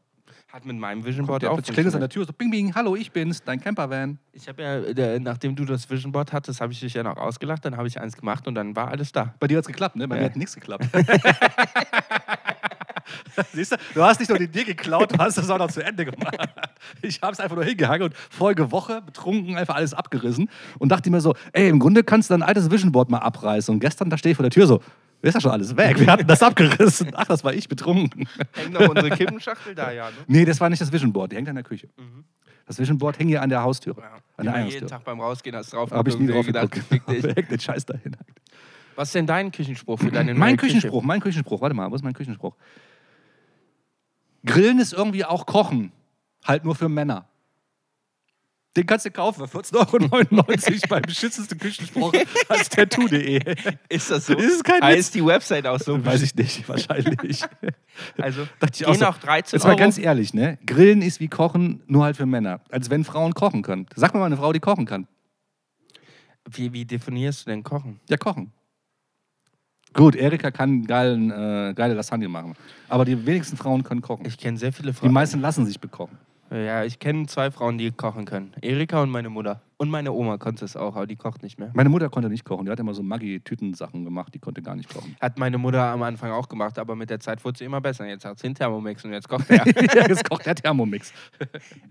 S2: Hat mit meinem Vision Board
S3: Der
S2: auch
S3: plötzlich klingelt es an der
S2: funktioniert.
S3: Tür so, bing, bing, hallo, ich bin's, dein Camper-Van.
S2: Ich habe ja, äh, nachdem du das Vision Board hattest, habe ich dich ja noch ausgelacht, dann habe ich eins gemacht und dann war alles da.
S3: Bei dir hat's geklappt, ne? Bei
S2: Ja.
S3: mir hat nichts geklappt. Siehst du, du hast nicht nur die Idee geklaut, du hast das auch noch zu Ende gemacht. Ich habe es einfach nur hingehangen und vorige Woche betrunken einfach alles abgerissen und dachte mir so, ey, im Grunde kannst du dein altes Vision Board mal abreißen. Und gestern, da stehe ich vor der Tür so, ist ja schon alles weg, wir hatten das abgerissen. Ach, das war ich betrunken.
S2: Hängt noch unsere Kippenschachtel da, ja. Ne?
S3: Nee, das war nicht das Vision Board, die hängt an der Küche. Das Vision Board hing hier an der Haustüre,
S2: Immer
S3: an der
S2: Mhm. jeden
S3: Eingangstür.
S2: Tag beim Rausgehen hast du drauf
S3: Habe ich nie
S2: geguckt
S3: drauf
S2: und dir gedacht,
S3: gedacht,
S2: fick
S3: wer
S2: dich.
S3: hängt den Scheiß dahin?
S2: Was ist denn dein Küchenspruch für deine neue
S3: Mein
S2: Küche?
S3: Küchenspruch, mein Küchenspruch, warte mal, wo ist mein Küchenspruch? Grillen ist irgendwie auch Kochen, halt nur für Männer. Den kannst du kaufen für 14,99 Euro beim beschissensten Küchenspruch als Tattoo.de.
S2: Ist das so?
S3: Ist es kein
S2: heißt die Website auch so?
S3: Weiß ich nicht, wahrscheinlich.
S2: Also,
S3: Dachte ich auch
S2: gehen
S3: so.
S2: auch 13
S3: Jetzt mal
S2: Euro.
S3: ganz ehrlich, ne? Grillen ist wie Kochen, nur halt für Männer. Als wenn Frauen kochen können. Sag mir mal eine Frau, die kochen kann.
S2: wie, wie definierst du denn Kochen?
S3: Ja, kochen. Gut, Erika kann geilen, äh, geile Lasagne machen. Aber die wenigsten Frauen können kochen.
S2: Ich kenne sehr viele
S3: die
S2: Frauen.
S3: meisten lassen sich bekochen.
S2: Ja, ich kenne zwei Frauen, die kochen können. Erika und meine Mutter. Und meine Oma konnte es auch, aber die kocht nicht mehr.
S3: Meine Mutter konnte nicht kochen. Die hat immer so Maggi-Tütensachen gemacht. Die konnte gar nicht kochen.
S2: Hat meine Mutter am Anfang auch gemacht, aber mit der Zeit wurde sie immer besser. Jetzt hat sie einen Thermomix und jetzt kocht er.
S3: Jetzt kocht der Thermomix.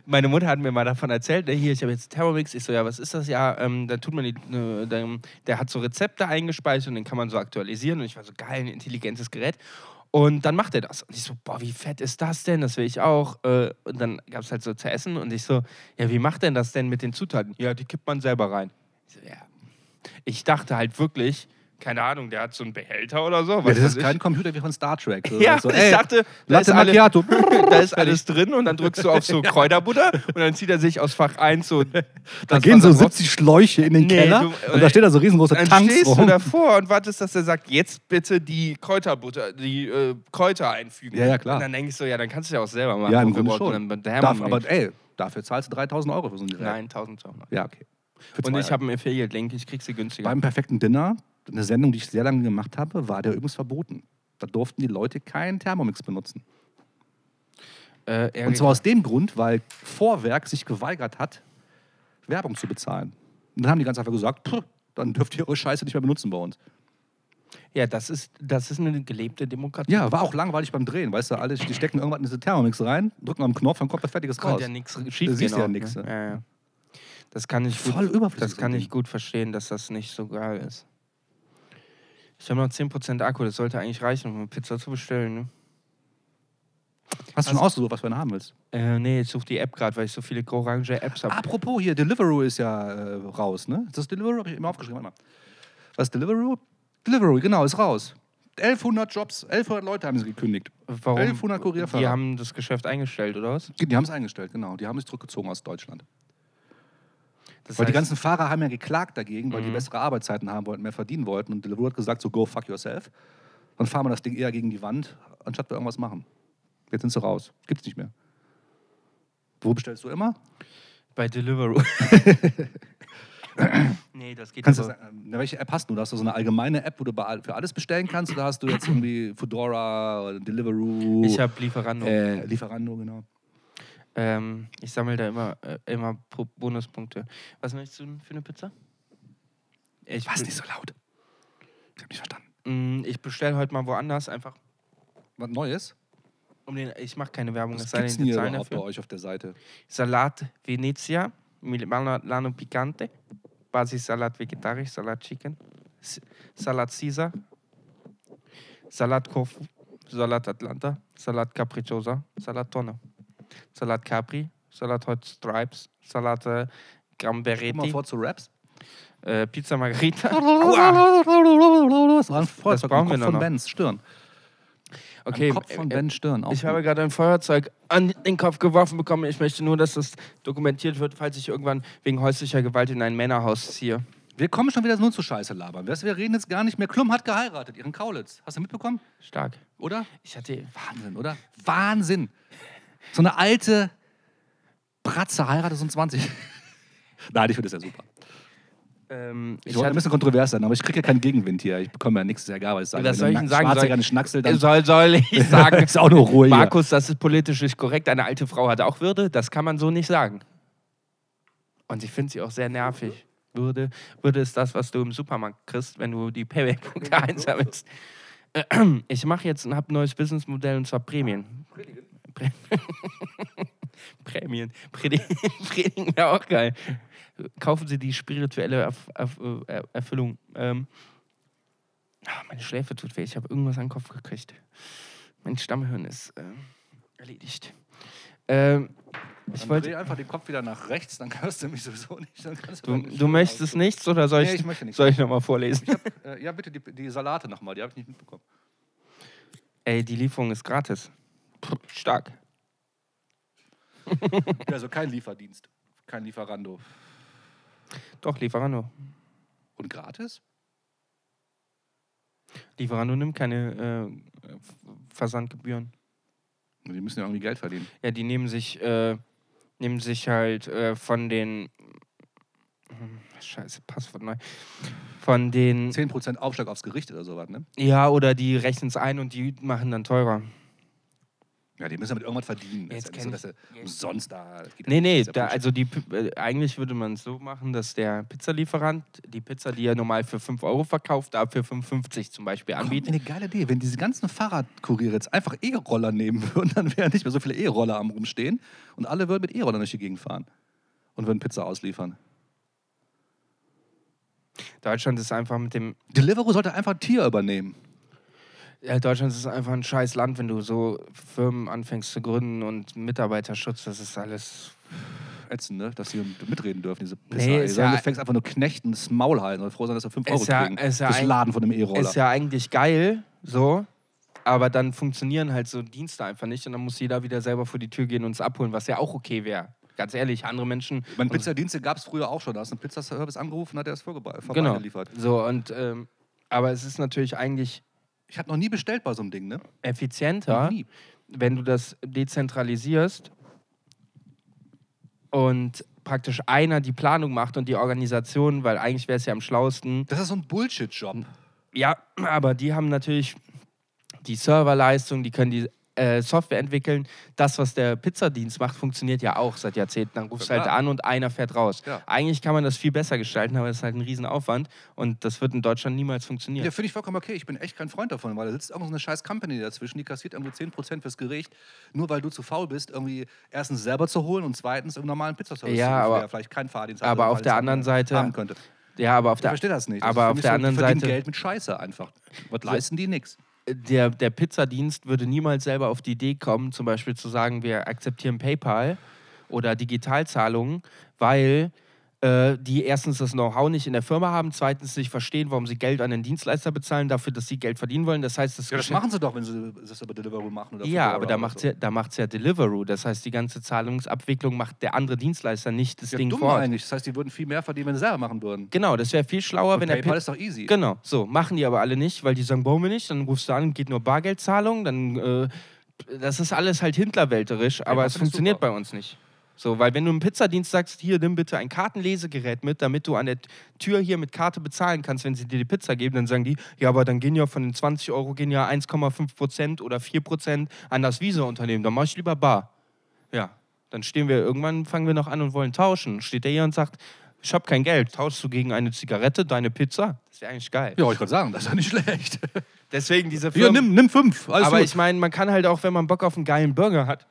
S2: meine Mutter hat mir mal davon erzählt, ne, hier, ich habe jetzt Thermomix. Ich so, ja, was ist das? Ja, ähm, da tut man die, äh, dann- der hat so Rezepte eingespeichert und den kann man so aktualisieren. Und ich war so, geil, ein intelligentes Gerät. Und dann macht er das. Und ich so, boah, wie fett ist das denn? Das will ich auch. Äh, und dann gab es halt so zu essen. Und ich so, ja, wie macht denn das denn mit den Zutaten? Ja, die kippt man selber rein. Ich so, ja. Ich dachte halt wirklich, keine Ahnung, der hat so einen Behälter oder so.
S3: Ja,
S2: was
S3: das ist
S2: weiß
S3: kein Computer wie von Star Trek. So,
S2: ich. Ja,
S3: so,
S2: ich
S3: ey,
S2: dachte, da ist,
S3: Latte
S2: alle,
S3: Macchiato.
S2: da ist alles drin und dann drückst du auf so Kräuterbutter und dann zieht er sich aus Fach 1 so.
S4: Da gehen so 70 Schläuche in den
S2: Nee,
S4: Keller
S2: du-
S3: äh,
S4: und da stehen da so riesengroße
S2: Dann
S4: Tanks
S2: stehst du
S4: rum.
S2: davor und wartest, dass er sagt, jetzt bitte die Kräuterbutter, die äh, Kräuter einfügen.
S4: Ja, ja, klar.
S2: Und dann denke ich so, ja, dann kannst du ja auch selber machen.
S4: Ja, im
S2: Woche
S4: Grunde
S2: braucht
S4: schon.
S2: man Dann
S3: Darf,
S2: Darf,
S3: aber ey, dafür zahlst du 3000 Euro für so ein Gerät.
S2: Nein, 1200.
S3: Ja, okay. Für
S2: Und
S3: zwei
S2: ich
S3: Jahre.
S2: habe einen Affiliate-Link, ich krieg sie günstiger.
S4: Beim
S3: beim perfekten Dinner, eine Sendung, die ich sehr lange gemacht habe, war der übrigens verboten. Da durften die Leute keinen Thermomix benutzen.
S2: Äh, er-
S4: Und
S3: Und zwar aus dem Grund, weil Vorwerk sich geweigert hat, Werbung zu bezahlen. Und dann haben die ganz einfach gesagt, "Puh, dann dürft ihr eure Scheiße nicht mehr benutzen bei uns.
S2: ja, das ist, das ist eine gelebte Demokratie.
S4: Ja,
S3: Ja, war auch langweilig beim Drehen, weißt du, alle, die stecken irgendwas in diese Thermomix rein, drücken am Knopf, dann kommt was Fertiges raus.
S2: konnte ja nichts schief
S4: siehst ja
S2: auch,
S4: nix,
S2: ne?
S4: ne?
S2: Ja, ja. Das kann ich
S4: Voll
S2: gut,
S4: überflüssig,
S2: das kann
S4: so ein
S2: ich
S4: Ding.
S2: gut verstehen, dass das nicht so geil ist. Ich habe noch 10% Akku, das sollte eigentlich reichen, um eine Pizza zu bestellen. Ne?
S4: Hast
S3: Hast du
S2: Also-
S3: schon ausgesucht, was du denn haben willst?
S2: Äh, nee, ich suche die App gerade, weil ich so viele orange Apps habe.
S4: Apropos,
S3: Oh, hier, Deliveroo ist ja äh, raus, ne? Ist das Deliveroo? Habe ich immer aufgeschrieben. Warte mal. Was, Deliveroo? Deliveroo, genau, ist raus. 1100 Jobs, 1100 Leute haben sie gekündigt.
S2: Warum?
S3: 1100 Kurierfahrer.
S2: Die haben das Geschäft eingestellt, oder was?
S3: Die haben es eingestellt, genau. Die haben sich zurückgezogen aus Deutschland.
S2: Das
S3: weil die
S2: heißt- Mhm.
S3: ganzen Fahrer haben ja geklagt dagegen, weil die bessere Arbeitszeiten haben wollten, mehr verdienen wollten. Und Deliveroo hat gesagt, so go fuck yourself. Dann fahren wir das Ding eher gegen die Wand, anstatt wir irgendwas machen. Jetzt sind sie raus. Gibt's nicht mehr. Wo bestellst du immer?
S2: bei Deliveroo. nee, das geht
S3: Kannst du
S2: über-
S3: das, ähm, na, welche App hast du? Da hast du so eine allgemeine App, wo du bei all- für alles bestellen kannst? Oder hast du jetzt irgendwie Foodora, oder Deliveroo,
S2: Ich habe Lieferando.
S3: äh, Lieferando, genau.
S2: Ähm, ich sammle da immer, äh, immer Pro Bonuspunkte. Was möchtest du denn für eine Pizza? Ich,
S3: Was,
S2: be-
S3: nicht so laut. Ich hab nicht verstanden.
S2: Mm, ich bestelle heute mal woanders einfach.
S3: Was Neues?
S2: Um den, ich mache keine Werbung, es
S3: Was
S2: sei
S3: gibt's
S2: denn,
S3: denn
S2: die
S3: hier
S2: zahlen
S3: überhaupt bei
S2: dafür.
S3: euch auf der Seite?
S2: Salat Venezia, Milano Lano Picante, Basissalat vegetarisch, Salat Chicken, S Salat Caesar, Salat Corfu, Salat Atlanta, Salat Capricciosa, Salat Tonne, Salat Capri, Salat Hot Stripes, Salat äh,
S3: Komm mal
S2: Gamberetti,
S3: vor zu Raps.
S2: äh, Pizza Margherita. Aua.
S3: Das war ein Feuerzeug am
S2: brauchen wir
S3: Kopf
S2: noch.
S3: von Bens Stirn.
S2: Okay,
S3: Am Kopf von
S2: äh,
S3: Bens Stirn. Auch
S2: Ich habe gerade ein Feuerzeug an den Kopf geworfen bekommen. Ich möchte nur, dass das dokumentiert wird, falls ich irgendwann wegen häuslicher Gewalt in ein Männerhaus ziehe.
S3: wir kommen schon wieder nur zu Scheiße labern. Weißt du, Wir reden jetzt gar nicht mehr. Klum hat geheiratet, ihren Kaulitz. Hast du mitbekommen?
S2: Stark.
S3: Oder?
S2: Ich hatte.
S3: Wahnsinn, oder? Wahnsinn. So eine alte Bratze heiratet so einen 20. Nein, ich finde das ja super.
S2: Ähm,
S3: Ich,
S2: ich
S3: wollte ein
S2: hatte
S3: bisschen kontrovers sein, aber ich kriege ja keinen Gegenwind hier. Ich bekomme ja nichts, ist ja egal, was ich sage.
S2: Was
S3: Wenn
S2: soll ich
S3: ein
S2: denn sagen?
S3: Schwarzer
S2: Soll-
S3: gerne schnackselt, dann
S2: soll, soll ich sagen,
S3: ist auch nur Ruhe hier.
S2: Markus, das ist politisch nicht korrekt. Eine alte Frau hat auch Würde. Das kann man so nicht sagen. Und ich finde sie auch sehr nervig. Würde, Würde ist das, was du im Supermarkt kriegst, wenn du die Payback-Punkte einsammelst. Ich mache jetzt und habe ein neues Businessmodell und zwar Prämien. Prä- Prämien. Predi- Predigen wäre auch geil. Kaufen Sie die spirituelle Erf Erf äh, Erfüllung. Ähm, ah, meine Schläfe tut weh. Ich habe irgendwas an den Kopf gekriegt. Mein Stammhirn ist ähm, erledigt. Ähm, ich
S3: Dann
S2: wollte.
S3: dreh einfach den Kopf wieder nach rechts, dann kannst du mich sowieso nicht. Dann kannst
S2: Du,
S3: aber nicht
S2: du
S3: schön
S2: möchtest nichts oder soll ich,
S3: Nee, ich möchte nichts.
S2: soll ich nochmal vorlesen?
S3: aus- Äh, ja, bitte die, die Salate nochmal, die habe ich nicht mitbekommen.
S2: Ey, die Lieferung ist gratis. Pff, Stark.
S3: Ja, Also kein Lieferdienst, kein Lieferando.
S2: Doch, Lieferando.
S3: Und gratis?
S2: Lieferando nimmt keine äh, F- Versandgebühren.
S3: Die müssen ja irgendwie Geld verdienen.
S2: Ja, die nehmen sich, äh, nehmen sich halt äh, von den. Hm, Scheiße, Passwort neu. Von den.
S3: 10% Aufschlag aufs Gericht oder sowas, ne?
S2: Ja, oder die rechnen es ein und die machen dann teurer.
S3: Ja, die müssen ja mit irgendwas verdienen.
S2: Jetzt
S3: Jetzt ja nicht so,
S2: kenn
S3: dass sie
S2: ich-
S3: umsonst da. das geht ja
S2: Nee,
S3: nicht,
S2: nee,
S3: das ist ja
S2: da,
S3: Bullshit.
S2: also die, P- äh, eigentlich würde man es so machen, dass der Pizzalieferant die Pizza, die er normal für 5 Euro verkauft, dafür 5,50 zum Beispiel
S3: Kommt mir
S2: anbietet.
S3: eine geile Idee, wenn diese ganzen Fahrradkuriere jetzt einfach E-Roller nehmen würden, dann wären nicht mehr so viele E-Roller am rumstehen und alle würden mit E-Rollern durch die Gegend fahren und würden Pizza ausliefern.
S2: Deutschland ist einfach mit dem,
S3: Deliveroo sollte einfach ein Tier übernehmen.
S2: ja, Deutschland ist einfach ein scheiß Land, wenn du so Firmen anfängst zu gründen und Mitarbeiterschutz, das ist alles
S3: ätzend, ne? dass sie mitreden dürfen, diese Pisser.
S2: Nee,
S3: Nee,
S2: ist
S3: sagen,
S2: ja-
S3: du fängst einfach nur Knechten ins Maul halten und froh sein, dass wir 5
S2: Ist
S3: Euro
S2: ja-
S3: kriegen.
S2: ist ja
S3: das
S2: ein-
S3: Laden von dem E-Roller.
S2: Ist ja eigentlich geil, so. Aber dann funktionieren halt so Dienste einfach nicht und dann muss jeder wieder selber vor die Tür gehen und es abholen, was ja auch okay wäre. Ganz ehrlich, andere Menschen.
S3: Mein Pizzadienste gab es früher auch schon. Da hast du einen Pizzaservice angerufen und hat er das
S2: genau.
S3: vorgeliefert. Genau.
S2: So, und, ähm, aber es ist natürlich eigentlich
S3: Ich habe noch nie bestellt bei so einem Ding, ne?
S2: effizienter,
S3: Noch nie.
S2: wenn du das dezentralisierst und praktisch einer die Planung macht und die Organisation, weil eigentlich wäre es ja am schlausten.
S3: Das ist so ein Bullshit-Job.
S2: Ja, aber die haben natürlich die Serverleistung, die können die äh, Software entwickeln. Das, was der Pizzadienst macht, funktioniert ja auch seit Jahrzehnten. Dann rufst du
S3: Ja,
S2: halt
S3: klar.
S2: an und einer fährt raus.
S3: Ja.
S2: Eigentlich kann man das viel besser gestalten, aber das ist halt ein Riesenaufwand und das wird in Deutschland niemals funktionieren.
S3: Ja, finde ich vollkommen okay. Ich bin echt kein Freund davon, weil da sitzt irgendeine scheiß Company dazwischen, die kassiert irgendwo 10% fürs Gericht, nur weil du zu faul bist, irgendwie erstens selber zu holen und zweitens im normalen Pizzaservice
S2: Ja,
S3: zu rufen,
S2: aber-
S3: der vielleicht keinen Fahrdienst
S2: aber
S3: oder
S2: auf der
S3: Fahrdienst
S2: anderen
S3: hat, der
S2: Seite-
S3: haben könnte.
S2: Ja, aber auf
S3: Ich
S2: der,
S3: verstehe das nicht. Das
S2: Aber
S3: ist
S2: auf
S3: für
S2: der
S3: mich so, die
S2: anderen
S3: verdienen
S2: Seite,
S3: Geld mit Scheiße einfach. Was leisten die? Nix.
S2: der, der Pizzadienst würde niemals selber auf die Idee kommen, zum Beispiel zu sagen, wir akzeptieren PayPal oder Digitalzahlungen, weil äh, die erstens das Know-how nicht in der Firma haben, zweitens nicht verstehen, warum sie Geld an den Dienstleister bezahlen, dafür, dass sie Geld verdienen wollen. Das heißt, das,
S3: Ja, das
S2: Geschäft-
S3: machen sie doch, wenn sie das über Deliveroo machen. Oder
S2: ja,
S3: Foodora
S2: aber da
S3: oder
S2: macht
S3: so.
S2: ja, da macht's ja Deliveroo. Das heißt, die ganze Zahlungsabwicklung macht der andere Dienstleister nicht das
S3: ja
S2: Ding
S3: dumm
S2: vor. Ort.
S3: eigentlich. Das heißt, die würden viel mehr verdienen, wenn sie selber machen würden.
S2: Genau, das wäre viel schlauer,
S3: Und
S2: wenn der Pi-
S3: PayPal ist doch easy.
S2: Genau, so. Machen die aber alle nicht, weil die sagen, brauchen wir nicht. Dann rufst du an, geht nur Bargeldzahlung. Dann, äh, das ist alles halt hinterwälterisch, aber es
S3: das finde ich
S2: funktioniert
S3: super.
S2: bei uns nicht. So, weil wenn du im Pizzadienst sagst, hier, nimm bitte ein Kartenlesegerät mit, damit du an der Tür hier mit Karte bezahlen kannst, wenn sie dir die Pizza geben, dann sagen die, ja, aber dann gehen ja von den 20 Euro gehen ja 1,5% oder 4% an das Visa-Unternehmen. Dann mach ich lieber bar. Ja, dann stehen wir irgendwann, fangen wir noch an und wollen tauschen. Steht der hier und sagt, ich habe kein Geld, tauschst du gegen eine Zigarette deine Pizza? Das wäre eigentlich geil.
S3: Ja, wollte ich gerade sagen, das ist ja nicht schlecht.
S2: Deswegen diese
S3: Hier,
S2: Firmen.
S3: nimm, nimm fünf. Alles
S2: aber
S3: gut.
S2: ich meine, man kann halt auch, wenn man Bock auf einen geilen Burger hat,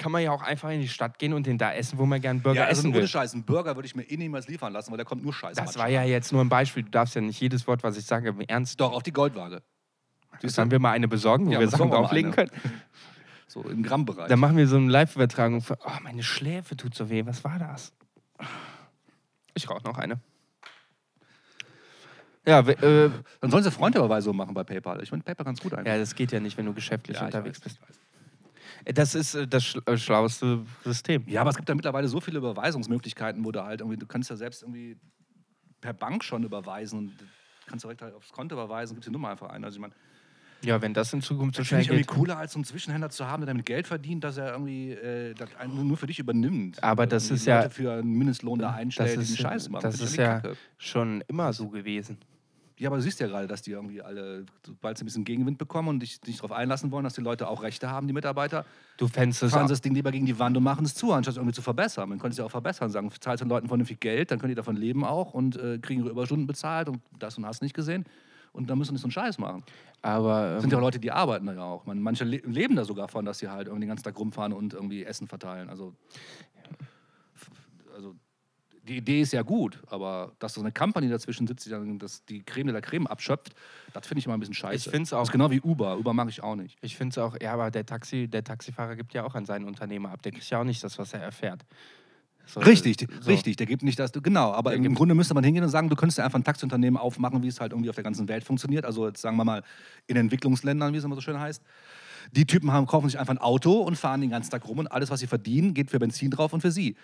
S2: kann man ja auch einfach in die Stadt gehen und den da essen, wo man gern Burger
S3: ja, also
S2: essen
S3: ohne
S2: will.
S3: Scheiß, einen Burger würde ich mir eh niemals liefern lassen, weil da kommt nur Scheiß.
S2: Das
S3: Matsch.
S2: war ja jetzt nur ein Beispiel. Du darfst ja nicht jedes Wort, was ich sage, im Ernst.
S3: Doch, auf die Goldwaage. Siehst du?
S2: Sollen wir mal eine besorgen, wo
S3: Ja,
S2: wir Sachen
S3: besorgen wir mal
S2: drauflegen
S3: eine.
S2: können?
S3: So im Grammbereich.
S2: Dann machen wir so eine Live-Übertragung. von- Oh, meine Schläfe tut so weh. Was war das? Ich rauche noch eine. Ja, we- äh,
S3: Dann sollen sie Freundeüberweisungen machen bei PayPal. Ich finde PayPal ganz gut eigentlich.
S2: ja, das geht ja nicht, wenn du geschäftlich
S3: Ja, ich
S2: unterwegs
S3: weiß,
S2: bist.
S3: ich weiß.
S2: Äh, Das ist äh, das schl- äh, schlaueste System.
S3: Ja, aber es gibt da mittlerweile so viele Überweisungsmöglichkeiten, wo du halt irgendwie, du kannst ja selbst irgendwie per Bank schon überweisen und kannst direkt halt aufs Konto überweisen, gibst die Nummer einfach ein. Also ich meine,
S2: Ja, wenn das in Zukunft so
S3: das
S2: schnell
S3: finde ich
S2: geht.
S3: irgendwie cooler, als so einen Zwischenhändler zu haben, der damit Geld verdient, dass er irgendwie äh, das ein- nur für dich übernimmt.
S2: Aber
S3: Oder
S2: das
S3: irgendwie
S2: ist ja-
S3: Leute für einen Mindestlohn da einstellt, die den Scheiß machen.
S2: das
S3: Finde ich
S2: ist
S3: irgendwie
S2: ja
S3: kacke.
S2: schon immer so gewesen.
S3: Ja, aber du siehst ja gerade, dass die irgendwie alle, sobald sie ein bisschen Gegenwind bekommen und dich nicht darauf einlassen wollen, dass die Leute auch Rechte haben, die Mitarbeiter,
S2: Du fändest es
S3: fahren
S2: auch,
S3: sie das Ding lieber gegen die Wand und machen es zu, anstatt es irgendwie zu verbessern. Man könnte es ja auch verbessern, sagen, zahlst den Leuten vernünftig Geld, dann können die davon leben auch und äh, kriegen ihre Überstunden bezahlt und das und hast nicht gesehen. Und dann müssen die nicht so einen Scheiß machen.
S2: aber
S3: Das sind ja auch
S2: ähm,
S3: Leute, die arbeiten da ja auch. Man, manche le leben da sogar von, dass sie halt irgendwie den ganzen Tag rumfahren und irgendwie Essen verteilen. Also, f- also die Idee ist ja gut, aber dass so eine Company dazwischen sitzt, die dann das, die Creme de la Creme abschöpft, das finde ich immer ein bisschen scheiße.
S2: Ich find's auch-
S3: Das ist genau wie Uber. Uber mache ich auch nicht.
S2: ich finde es auch, ja, aber der, Taxi, der Taxifahrer gibt ja auch an seinen Unternehmer ab. Der kriegt ja auch nicht das, was er erfährt. So,
S3: Richtig,
S2: so.
S3: richtig. Der gibt nicht das. Genau, aber im Grunde müsste man hingehen und sagen, du könntest ja einfach ein Taxiunternehmen aufmachen, wie es halt irgendwie auf der ganzen Welt funktioniert. Also jetzt sagen wir mal in Entwicklungsländern, wie es immer so schön heißt. Die Typen haben, kaufen sich einfach ein Auto und fahren den ganzen Tag rum und alles, was sie verdienen, geht für Benzin drauf und für sie.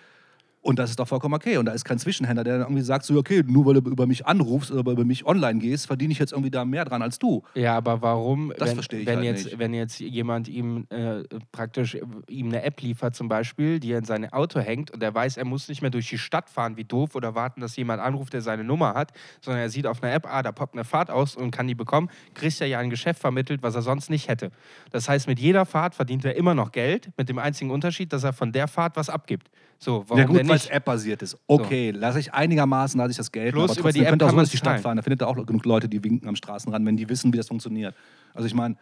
S3: Und das ist doch vollkommen okay. Und da ist kein Zwischenhändler, der dann irgendwie sagt, so, okay, nur weil du über mich anrufst oder über mich online gehst, verdiene ich jetzt irgendwie da mehr dran als du.
S2: Ja, aber warum,
S3: Das
S2: wenn,
S3: verstehe ich
S2: wenn,
S3: halt
S2: jetzt,
S3: nicht.
S2: wenn jetzt jemand ihm äh, praktisch äh, ihm eine App liefert zum Beispiel, die er in sein Auto hängt und er weiß, er muss nicht mehr durch die Stadt fahren, wie doof, oder warten, dass jemand anruft, der seine Nummer hat, sondern er sieht auf einer App, ah, da poppt eine Fahrt aus und kann die bekommen, kriegt er ja ein Geschäft vermittelt, was er sonst nicht hätte. Das heißt, mit jeder Fahrt verdient er immer noch Geld, mit dem einzigen Unterschied, dass er von der Fahrt was abgibt. So, warum
S3: ja gut,
S2: denn
S3: weil es
S2: nicht?
S3: App-basiert ist. Okay, lasse ich einigermaßen, lasse ich das Geld.
S2: Bloß
S3: aber
S2: über die
S3: trotzdem, ihr
S2: App
S3: könnt auch
S2: kann
S3: so
S2: man
S3: durch die Stadt
S2: zahlen.
S3: fahren. Da findet ihr auch genug Leute, die winken am Straßenrand, wenn die wissen, wie das funktioniert. Also ich meine,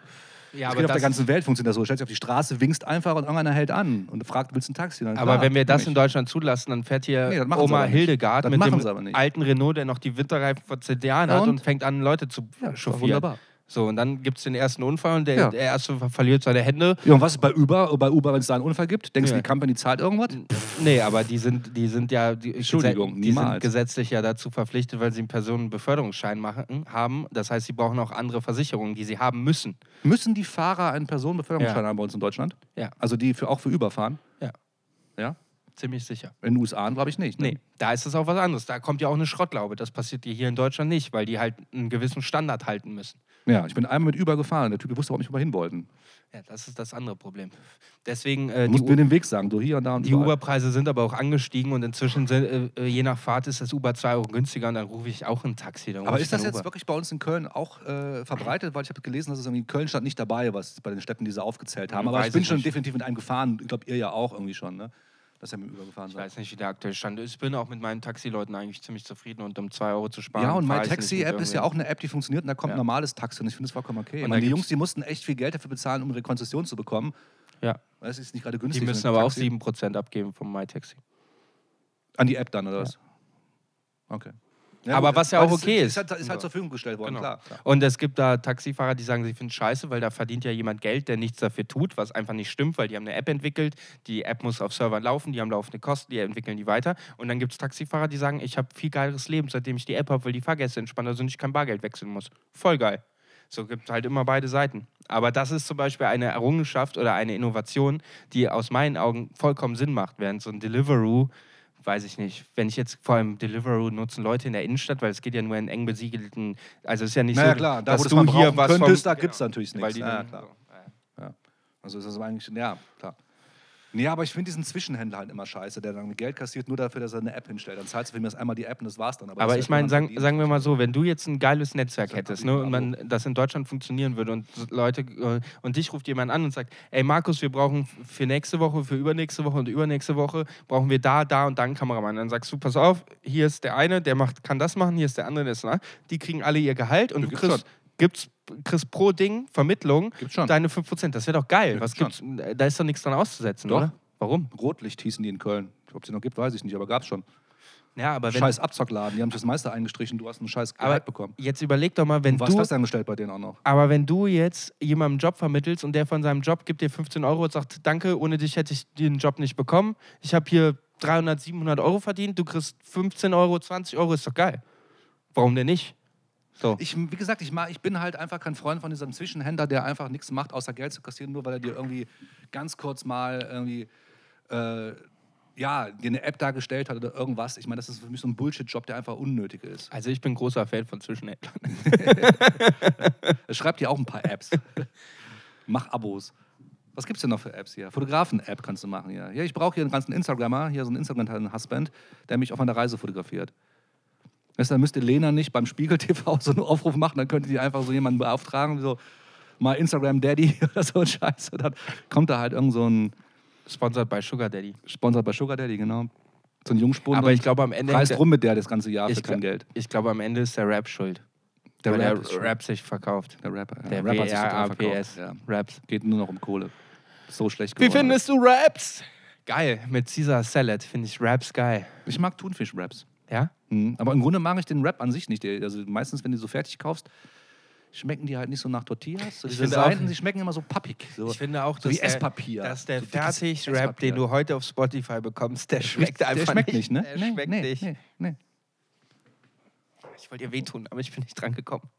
S2: Ja,
S3: das geht auf der ganzen Welt funktioniert das so. Du stellst dich auf die Straße, winkst einfach und irgendeiner hält an und fragt, willst du ein Taxi? Dann,
S2: Aber
S3: klar,
S2: wenn wir das
S3: komm
S2: in
S3: ich.
S2: Deutschland zulassen, dann fährt hier
S3: Nee, das machen sie
S2: Oma
S3: aber nicht.
S2: Hildegard
S3: Das
S2: mit
S3: machen sie aber
S2: dem
S3: nicht.
S2: alten Renault, der noch die Winterreifen vor 10 Jahren
S3: Ja,
S2: hat und?
S3: und?
S2: fängt an, Leute zu
S3: Ja,
S2: chauffieren.
S3: wunderbar.
S2: So, und dann gibt es den ersten Unfall und der,
S3: Ja.
S2: der erste ver- verliert seine Hände.
S4: Ja, und was ist bei Uber? Bei Uber, wenn es da einen Unfall gibt, denkst
S2: Ja.
S4: du, die Company zahlt irgendwas?
S2: Nee, aber die sind, die sind ja die,
S3: Entschuldigung,
S2: die sind
S3: niemals.
S2: gesetzlich ja dazu verpflichtet, weil sie einen Personenbeförderungsschein machen, haben. Das heißt, sie brauchen auch andere Versicherungen, die sie haben müssen.
S3: Müssen die Fahrer einen Personenbeförderungsschein
S2: Ja.
S3: haben bei uns in Deutschland?
S2: Ja.
S3: Also die für, auch für Uber fahren?
S2: Ja.
S3: Ja?
S2: Ziemlich sicher.
S3: In den USA glaube ich nicht. Ne?
S2: Nee, da ist es auch was anderes. Da kommt ja auch eine Schrottlaube. Das passiert dir hier in Deutschland nicht, weil die halt einen gewissen Standard halten müssen.
S3: Ja, ich bin einmal mit Uber gefahren. Der Typ wusste überhaupt nicht, wo wir hin wollten.
S2: Ja, das ist das andere Problem. Deswegen, äh,
S3: Du
S2: die,
S3: musst mir
S2: U-
S3: den Weg sagen, so hier und da und
S2: die
S3: überall.
S2: Uber-Preise sind aber auch angestiegen und inzwischen, sind, äh, äh, je nach Fahrt, ist das Uber 2 Euro günstiger und dann rufe ich auch ein Taxi. Dann
S3: Aber
S2: rufe ich
S3: ist das
S2: kein
S3: jetzt
S2: Uber.
S3: wirklich bei uns in Köln auch äh, verbreitet? Weil ich habe gelesen, dass es irgendwie in Köln stand nicht dabei, was bei den Städten, die sie aufgezählt haben.
S2: Hm,
S3: Aber
S2: weiß
S3: ich bin
S2: ich
S3: schon
S2: nicht.
S3: definitiv mit einem gefahren. Ich glaube, ihr ja auch irgendwie schon, ne? Dass ihr mit dem Uber gefahren
S2: Ich
S3: seid.
S2: weiß nicht, wie der aktuelle Stand ist. Ich bin auch mit meinen Taxileuten eigentlich ziemlich zufrieden und um 2 Euro zu sparen.
S3: Ja, und
S2: fahr
S3: meine
S2: ich nicht
S3: Taxi-App
S2: mit
S3: ist ja
S2: irgendwem.
S3: auch eine App, die funktioniert und da kommt
S2: Ja.
S3: ein normales Taxi und ich finde es vollkommen okay.
S2: Und
S3: Und
S2: da
S3: die
S2: gibt's-
S3: Jungs, die mussten echt viel Geld dafür bezahlen, um ihre Konzession zu bekommen.
S2: Ja.
S3: Das ist nicht gerade
S2: Die
S3: günstig. so ein
S2: müssen aber auch
S3: Taxi.
S2: 7% abgeben vom MyTaxi.
S3: An die App dann, oder was? Okay.
S2: Aber was ja
S3: weil
S2: auch
S3: es-
S2: okay
S3: es
S2: ist.
S3: Ist halt, ist halt zur Verfügung gestellt worden,
S2: Genau.
S3: klar. klar.
S2: Und es gibt da Taxifahrer, die sagen, sie finden es scheiße, weil da verdient ja jemand Geld, der nichts dafür tut, was einfach nicht stimmt, weil die haben eine App entwickelt, die App muss auf Servern laufen, die haben laufende Kosten, die entwickeln die weiter. Und dann gibt es Taxifahrer, die sagen, ich habe viel geileres Leben, seitdem ich die App habe, weil die Fahrgäste entspannter sind, ich kein Bargeld wechseln muss. Voll geil. So gibt es halt immer beide Seiten. Aber das ist zum Beispiel eine Errungenschaft oder eine Innovation, die aus meinen Augen vollkommen Sinn macht, während so ein Deliveroo weiß ich nicht. Wenn ich jetzt vor allem Deliveroo nutzen Leute in der Innenstadt, weil es geht ja nur in eng besiedelten, also es ist ja nicht
S3: Naja,
S2: so,
S3: klar, da
S2: dass
S3: wo du
S2: du
S3: es mal
S2: hier
S3: brauchen
S2: was
S3: könntest,
S2: vom, Genau,
S3: da gibt's natürlich
S2: weil
S3: nichts.
S2: die
S3: Ja,
S2: dann,
S3: klar.
S2: So, ja.
S3: Ja. Also ist das eigentlich, ja, klar. Nee, aber ich finde diesen Zwischenhändler halt immer scheiße, der dann Geld kassiert, nur dafür, dass er eine App hinstellt. Dann zahlst du für ihn das einmal die App und das war's dann.
S2: Aber
S3: das
S2: ich
S3: wird
S2: meine,
S3: man
S2: sagen,
S3: verdienen.
S2: sagen wir mal so, wenn du jetzt ein geiles Netzwerk
S3: Das ist ein
S2: hättest, ne, und man, das in Deutschland funktionieren würde und s- Leute äh, und dich ruft jemand an und sagt, ey Markus, wir brauchen f- für nächste Woche, für übernächste Woche und übernächste Woche brauchen wir da, da und da einen Kameramann. Dann sagst du, pass auf, hier ist der eine, der macht, kann das machen, hier ist der andere, der ist nach. Die kriegen alle ihr Gehalt und du
S3: gibt's
S2: kriegst, gibt's, kriegst pro Ding Vermittlung
S3: Gibt's schon.
S2: deine 5%. Das wäre doch geil. Was
S3: Gibt's
S2: gibt's, da ist doch nichts dran auszusetzen,
S3: Doch.
S2: oder? Warum?
S3: Rotlicht hießen die in Köln. Ob es die noch gibt, weiß ich nicht, aber gab's schon.
S2: Ja, aber wenn,
S3: Scheiß Abzockladen, die haben sich das meiste eingestrichen, du hast einen scheiß
S2: aber
S3: Gehalt bekommen.
S2: jetzt überleg doch mal, wenn
S3: Und was
S2: du
S3: ist das dann bestellt bei denen auch noch?
S2: Aber wenn du jetzt jemandem einen Job vermittelst und der von seinem Job gibt dir 15 Euro und sagt, danke, ohne dich hätte ich den Job nicht bekommen. Ich habe hier 300, 700 Euro verdient, du kriegst 15 Euro, 20 Euro, ist doch geil. Warum denn nicht? So.
S3: Ich, wie gesagt, ich, mag, ich bin halt einfach kein Freund von diesem Zwischenhändler, der einfach nichts macht, außer Geld zu kassieren, nur weil er dir irgendwie ganz kurz mal irgendwie, äh, ja, dir eine App dargestellt hat oder irgendwas. Ich meine, das ist für mich so ein Bullshit-Job, der einfach unnötig ist.
S2: also ich bin großer Fan von Zwischenhändlern.
S3: Es schreibt dir auch ein paar Apps. Mach Abos. Was gibt's denn noch für Apps hier? Fotografen-App kannst du machen hier. Ja, ich brauche hier einen ganzen Instagrammer, hier so einen Instagram-Husband, der mich auf einer Reise fotografiert. Weißt du, Dann müsste Lena nicht beim Spiegel TV so einen Aufruf machen, dann könnte die einfach so jemanden beauftragen, so mal Instagram Daddy oder so ein Scheiß. Und dann kommt da halt irgend so ein
S2: Sponsored bei Sugar Daddy.
S3: Sponsor bei Sugar Daddy, genau. So ein Jungspund.
S2: Aber ich glaube, am Ende
S3: Reist
S2: hängt-
S3: rum mit der das ganze Jahr für
S2: Ich,
S3: kein
S2: gl-
S3: Geld.
S2: ich glaube, am Ende ist der Rap schuld.
S3: Der
S2: weil
S3: Rap ist
S2: der
S3: schuld.
S2: Rap sich verkauft.
S3: Der Rapper. Ja.
S2: Der
S3: Rapper hat sich total
S2: W-R-A-P-S.
S3: verkauft,
S2: Raps.
S3: ja. Geht nur noch um Kohle. So schlecht
S2: Wie
S3: geworden.
S2: findest du Raps? Geil, mit Caesar Salad finde ich Raps geil.
S3: Ich mag Thunfisch-Raps.
S2: Ja?
S3: Mhm. Aber im Grunde mag ich den Rap an sich nicht. Also meistens, wenn du so fertig kaufst, schmecken die halt nicht so nach Tortillas. So
S2: Ich
S3: diese
S2: finde auch-
S3: Seiten, die schmecken immer so pappig. So.
S2: Ich finde auch,
S3: so
S2: dass
S3: wie
S2: der-
S3: Esspapier.
S2: dass der
S3: So dickes
S2: Fertig-Rap, den
S3: Esspapier.
S2: du heute auf Spotify bekommst, der schmeckt
S3: der
S2: einfach
S3: schmeckt nicht, ne?
S2: Der
S3: Nee,
S2: schmeckt
S3: nee,
S2: nicht.
S3: nee, nee.
S2: Ich wollte dir wehtun, aber ich bin nicht dran gekommen.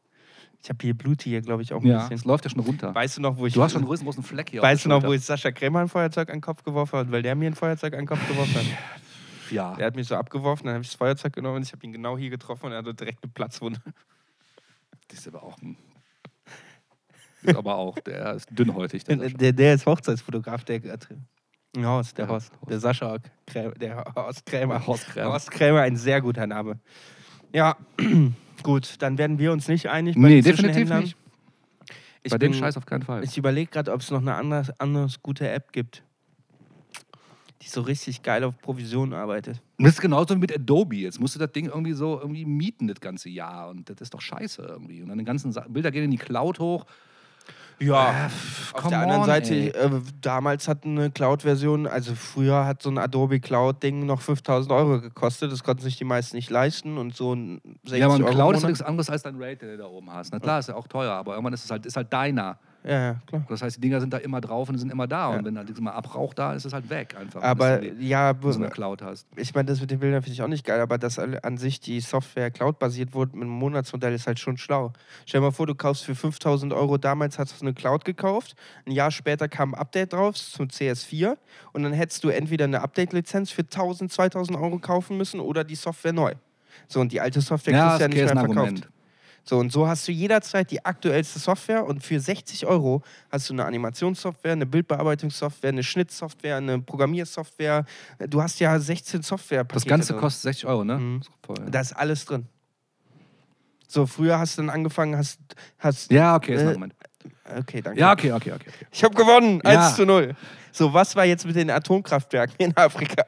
S2: Ich habe hier Blut hier, glaube ich, auch ein
S3: Ja, es
S2: bisschen.
S3: läuft ja schon runter.
S2: Weißt du noch, wo ich
S3: du hast schon einen riesengroßen Fleck hier. auf
S2: weißt du
S3: der
S2: noch, wo ich Sascha Krämer ein Feuerzeug an den Kopf geworfen habe, weil der mir ein Feuerzeug an den Kopf geworfen hat?
S3: Schulter. Ja.
S2: Der hat mich so abgeworfen, dann habe ich das Feuerzeug genommen und ich habe ihn genau hier getroffen und er hatte direkt eine Platzwunde.
S3: Das ist aber auch ein. ist aber auch, der ist dünnhäutig. Der Sascha.
S2: Äh, Der, der ist Hochzeitsfotograf, der der Horst, der
S3: Ja,
S2: Horst,
S3: Horst.
S2: der Sascha Krämer, der Horst Krämer.
S3: Horst Krämer.
S2: Horst Krämer, ein sehr guter Name. Ja, gut, dann werden wir uns nicht einig. bei
S3: nee,
S2: den
S3: definitiv
S2: Zwischenhändlern.
S3: nicht.
S2: Ich
S3: Bei dem
S2: bin-
S3: Scheiß auf keinen Fall.
S2: Ich überlege gerade, ob es noch eine andere anderes gute App gibt, die so richtig geil auf Provision arbeitet.
S3: Das ist genauso wie mit Adobe. Jetzt musst du das Ding irgendwie so irgendwie mieten das ganze Jahr. Und das ist doch scheiße irgendwie. Und dann die ganzen Sa Bilder gehen in die Cloud hoch. Äh, Ja.
S5: Come
S2: Auf der anderen
S5: on,
S2: Seite,
S5: ey.
S2: äh, damals hat eine Cloud-Version, also früher hat so ein Adobe Cloud-Ding noch 5000 Euro gekostet. Das konnten sich die meisten nicht leisten und so ein 60
S3: Ja, aber ein
S2: Euro
S3: Cloud ist
S2: Monat-
S3: nichts anderes als dein Rate, den du da oben hast. Na klar, ist ja auch teuer, aber irgendwann ist es halt, ist halt deiner.
S2: Ja, ja, klar.
S3: Das heißt, die Dinger sind da immer drauf und sind immer da.
S2: Ja.
S3: Und wenn da dieses mal Abrauch da ist, ist es halt weg einfach.
S2: Aber
S3: wenn du
S2: ja,
S3: so eine
S2: be-
S3: Cloud hast.
S2: ich meine, das mit den Bildern finde ich auch nicht geil, aber dass alle- an sich die Software Cloud-basiert wurde mit einem Monatsmodell ist halt schon schlau. Stell dir mal vor, du kaufst für 5000 Euro, damals hast du eine Cloud gekauft, ein Jahr später kam ein Update drauf zum CS4 und dann hättest du entweder eine Update-Lizenz für 1000, 2000 Euro kaufen müssen oder die Software neu. So, und die alte Software kriegst du ja
S3: okay,
S2: nicht mehr
S3: ist
S2: verkauft. So, und so hast du jederzeit die aktuellste Software und für 60 Euro hast du eine Animationssoftware, eine Bildbearbeitungssoftware, eine Schnittsoftware, eine Programmiersoftware. Du hast ja 16 Software.
S3: Das Ganze kostet 60 Euro, ne?
S2: Mhm.
S3: Ist voll, ja.
S2: Da ist alles drin. So, früher hast du dann angefangen, hast. hast
S3: ja, okay, ist ein
S2: Äh,
S3: Argument.
S2: Okay, danke.
S3: Ja, okay, okay, okay. okay.
S2: Ich habe gewonnen,
S3: Ja.
S2: 1 zu 0. So, was war jetzt mit den Atomkraftwerken in Afrika?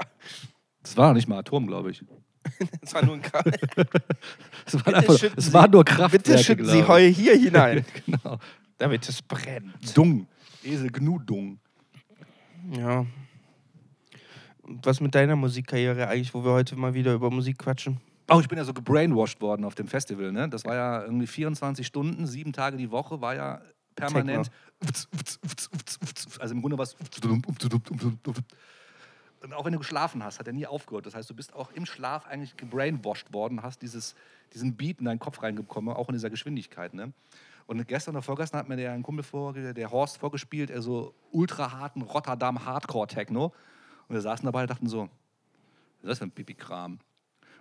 S3: Das war noch nicht mal Atom, glaube ich.
S2: Das war nur ein Kraft.
S6: Es waren,
S2: Bitte
S6: einfach,
S2: schütten
S6: es
S2: Sie-
S6: waren nur Kraftwerke,
S2: Bitte schütten Sie
S6: glaube ich.
S2: Heu hier hinein,
S3: Genau.
S2: damit es brennt.
S3: Dung. Esel Gnu Dung.
S2: Ja. Und Was mit deiner Musikkarriere eigentlich, wo wir heute mal wieder über Musik quatschen?
S3: Oh, ich bin ja so gebrainwashed worden auf dem Festival, ne? Das war ja irgendwie 24 Stunden, sieben Tage die Woche, war ja permanent. Also im Grunde war es. Und auch wenn du geschlafen hast, hat er nie aufgehört. Das heißt, du bist auch im Schlaf eigentlich gebrainwashed worden, hast dieses, diesen Beat in deinen Kopf reingekommen, auch in dieser Geschwindigkeit, ne? Und gestern oder vorgestern hat mir der ein Kumpel vor, der Horst vorgespielt, er so ultra harten Rotterdam Hardcore Techno. Und wir saßen dabei und dachten so, was ist das für ein Pipi-Kram?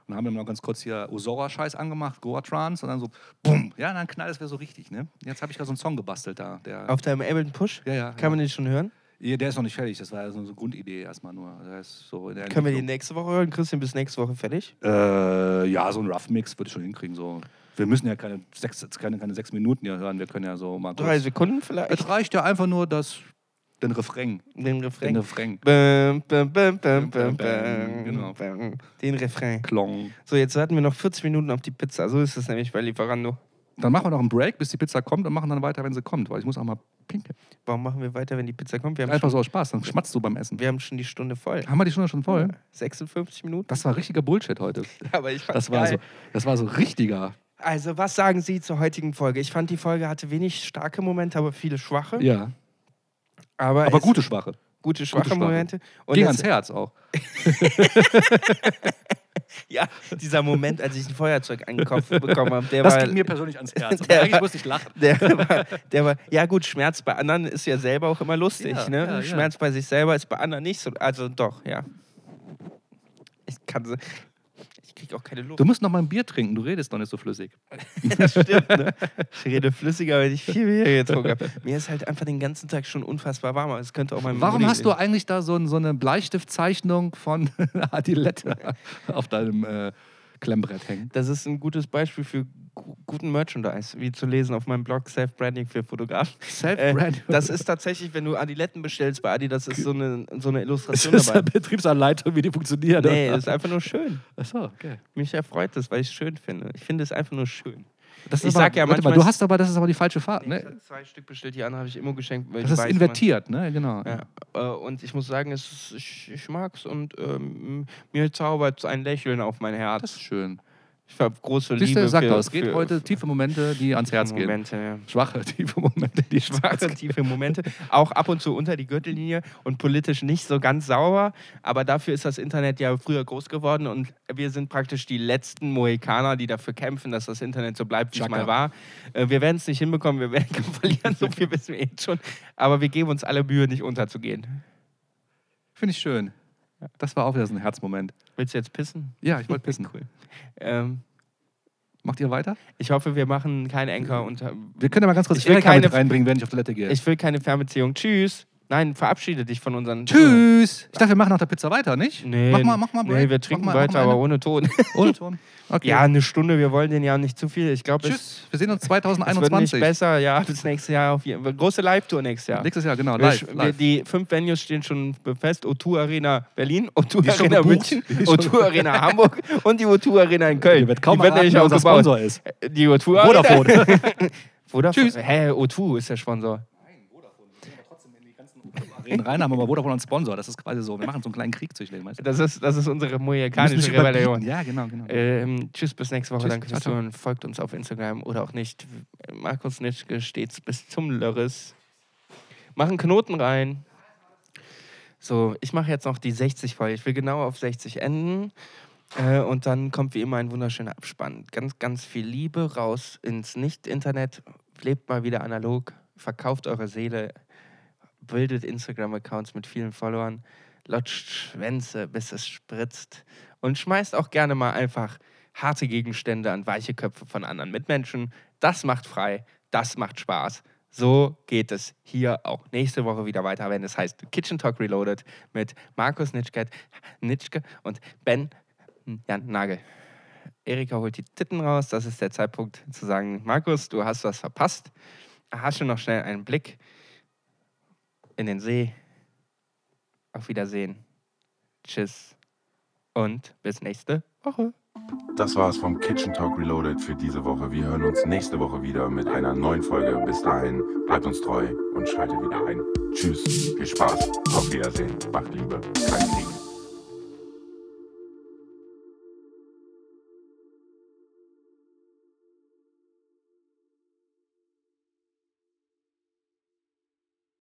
S3: Und haben dann noch ganz kurz hier Osora-Scheiß angemacht, Goa Trance und dann so, bumm, ja, dann knallt es wieder so richtig, ne? Jetzt habe ich da so einen Song gebastelt da. Der,
S2: Auf deinem Ableton Push?
S3: Ja, ja,
S2: Kann
S3: ja.
S2: man den schon hören?
S3: Ja, der ist noch nicht fertig, das war ja so eine Grundidee erstmal nur. Der ist so in der
S2: Können wir den
S3: Entwicklung.
S2: nächste Woche hören? Christian, bis nächste Woche fertig?
S3: Äh, ja, so ein Rough Mix würde ich schon hinkriegen. So. Wir müssen ja keine sechs, keine, keine sechs Minuten hier hören, wir können ja so mal
S2: Drei
S3: kurz.
S2: Sekunden
S3: Es
S2: vielleicht?
S3: reicht ja einfach nur, dass den Refrain.
S2: Den
S3: Den
S2: Refrain.
S3: Refrain.
S2: Bäm, bäm, bäm, bäm, bäm,
S3: Bäm, bäm,
S2: bäm,
S3: genau.
S2: bäm. Den Refrain.
S3: Klong.
S2: So, jetzt warten wir noch 40 Minuten auf die Pizza. So ist es nämlich bei Lieferando.
S3: Dann machen wir noch einen Break, bis die Pizza kommt und machen dann weiter, wenn sie kommt, weil ich muss auch mal pinkeln.
S2: Warum machen wir weiter, wenn die Pizza kommt? Wir haben,
S3: Einfach so aus Spaß, dann schmatzt du beim Essen.
S2: schon, wir haben schon die Stunde voll.
S3: Haben wir die Stunde schon voll?
S2: 56 Minuten.
S3: Das war richtiger Bullshit heute.
S2: Aber ich fand's
S6: Das war, so,
S2: geil.
S6: das war so richtiger.
S2: Also, was sagen Sie zur heutigen Folge? Ich fand, die Folge hatte wenig starke Momente, aber viele schwache.
S6: Ja.
S2: Aber,
S3: Aber
S2: es-
S3: gute Schwache.
S2: gute schwache
S3: schwache.
S2: Momente. Und
S3: Ging
S2: das,
S3: ans Herz auch.
S2: ja, dieser Moment, als ich ein Feuerzeug angekauft bekommen habe, der
S3: Das
S2: war.
S3: ging mir persönlich ans Herz.
S2: Der war-
S3: Eigentlich musste ich lachen.
S2: der war, der war, ja gut, Schmerz bei anderen ist ja selber auch immer lustig,
S3: Ja,
S2: ne?
S3: ja, ja.
S2: Schmerz bei sich selber ist bei anderen nicht so, also doch, ja. Ich kann so, ich krieg auch keine Luft.
S3: Du musst noch mal ein Bier trinken, du redest doch nicht so flüssig.
S2: Das stimmt, ne? Ich rede flüssiger, wenn ich viel Bier getrunken habe. Mir ist halt einfach den ganzen Tag schon unfassbar warm, aber es könnte auch mein
S3: Warum
S2: Mund
S3: hast du
S2: liegen.
S3: eigentlich da so, ein, so eine Bleistiftzeichnung von Adilette auf deinem äh, Klemmbrett hängen?
S2: Das ist ein gutes Beispiel für gu- guten Merchandise, wie zu lesen auf meinem Blog Self-Branding für Fotografen. Äh,
S3: Self-Brand.
S2: das ist tatsächlich, wenn du Adiletten bestellst bei Adi, das ist so eine, so eine
S6: Das
S2: Illustration
S6: ist eine
S2: dabei.
S6: Betriebsanleitung, wie die funktioniert.
S2: Nee, das ist einfach nur schön.
S6: Achso, okay.
S2: Mich erfreut das, weil ich es schön finde. Ich finde es einfach nur schön.
S3: Das ist
S2: ich
S3: aber,
S2: sag ja
S3: warte mal,
S2: manchmal-
S3: du hast aber, das ist aber die falsche Fahrt.
S2: Ich
S3: Ne?
S2: habe zwei Stück bestellt, die anderen habe ich immer geschenkt. Weil
S3: Das
S2: ich
S3: ist
S2: weiß,
S3: invertiert, ne? Genau.
S2: Man, ja, äh, und ich muss sagen, es ist, ich, ich mag es und ähm, mir zaubert ein Lächeln auf mein
S3: Das ist
S2: Herz.
S3: schön.
S2: Ich habe große
S3: Siehst
S2: Liebe
S3: du, sag
S2: für,
S3: doch, es geht
S2: für,
S3: heute tiefe Momente, die ans
S2: für
S3: Herz gehen.
S2: Momente, ja.
S3: Schwache, tiefe Momente, die ins Herz
S2: Schwache,
S3: gehen.
S2: tiefe Momente. Auch ab und zu unter die Gürtellinie und politisch nicht so ganz sauber. Aber dafür ist das Internet ja früher groß geworden und wir sind praktisch die letzten Mohikaner, die dafür kämpfen, dass das Internet so bleibt, wie es
S3: Chaka.
S2: mal war. Äh, wir werden es nicht hinbekommen, wir werden verlieren, so viel wissen wir jetzt schon. Aber wir geben uns alle Mühe, nicht unterzugehen.
S3: Finde ich schön. Das war auch wieder so ein Herzmoment.
S2: Willst du jetzt pissen?
S3: Ja, ich wollte pissen.
S2: Ähm,
S3: Macht ihr weiter?
S2: ich hoffe, wir machen keinen Enker unter.
S3: Wir können ja mal ganz kurz
S2: Ich will
S3: Erika mit
S2: keine-
S3: reinbringen, wenn ich auf Toilette gehe.
S2: Ich will keine Fernbeziehung. Tschüss. Nein, verabschiede dich von unseren.
S3: Tschüss. Ich dachte, wir machen nach der Pizza weiter, nicht?
S2: Nee,
S3: Mach mal, mach mal.
S2: nee, wir trinken weiter, aber ohne Ton.
S3: ohne Ton. Okay.
S2: Ja, eine Stunde, wir wollen den ja nicht zu viel. Ich glaube, es,
S3: Tschüss. Wir sehen uns
S2: es wird nicht
S3: 2021.
S2: besser. Ja, bis nächstes Jahr. Auf jeden Fall. Große Live-Tour nächstes Jahr.
S3: Nächstes Jahr, genau.
S2: Wir
S3: Live.
S2: sch- wir,
S3: live.
S2: die fünf Venues stehen schon fest. O2 Arena Berlin, O2
S3: Die ist schon
S2: Arena
S3: gebucht.
S2: München,
S3: Die ist schon
S2: O2 Arena Hamburg und die O2 Arena in Köln.
S6: Hier wird kaum
S2: die wird
S6: erraten,
S2: nämlich
S6: wer
S2: auch
S6: unser
S2: gebaut.
S6: Sponsor ist.
S2: Die O2 Arena.
S6: Vodafone.
S2: Vodafone.
S3: Tschüss.
S2: Hä, O2 ist der Sponsor.
S3: in Rhein haben wir mal Vodafone einen Sponsor. Das ist quasi so. Wir machen so einen kleinen Krieg zwischen denen. Weißt du?
S2: Das ist, das ist unsere
S3: Wir müssen
S2: mojikanische
S3: nicht überbieten.
S2: Rebellion.
S3: Ja, genau, genau.
S2: Ähm, tschüss, bis nächste Woche.
S3: Tschüss,
S2: Danke fürs
S3: ciao, ciao.
S2: Zuhören. Folgt uns auf Instagram oder auch nicht. Markus Nitschke stets bis zum Lörres. Machen Knoten rein. So, ich mache jetzt noch die 60 voll. Ich will genau auf 60 enden. Äh, und dann kommt wie immer ein wunderschöner Abspann. Ganz, ganz viel Liebe raus ins Nicht-Internet. Lebt mal wieder analog. Verkauft eure Seele. Bildet Instagram-Accounts mit vielen Followern. Lotscht Schwänze, bis es spritzt. Und schmeißt auch gerne mal einfach harte Gegenstände an weiche Köpfe von anderen Mitmenschen. Das macht frei. Das macht Spaß. So geht es hier auch nächste Woche wieder weiter, wenn es heißt Kitchen Talk Reloaded mit Markus Nitschke, Nitschke und Ben hm, Jan Nagel. Erika holt die Titten raus. Das ist der Zeitpunkt zu sagen, Markus, du hast was verpasst. Hasche noch schnell einen Blick in den See. Auf Wiedersehen. Tschüss. Und bis nächste Woche.
S1: Das war's vom Kitchen Talk Reloaded für diese Woche. Wir hören uns nächste Woche wieder mit einer neuen Folge. Bis dahin, bleibt uns treu und schaltet wieder ein. Tschüss, viel Spaß, auf Wiedersehen, macht Liebe, kein Krieg.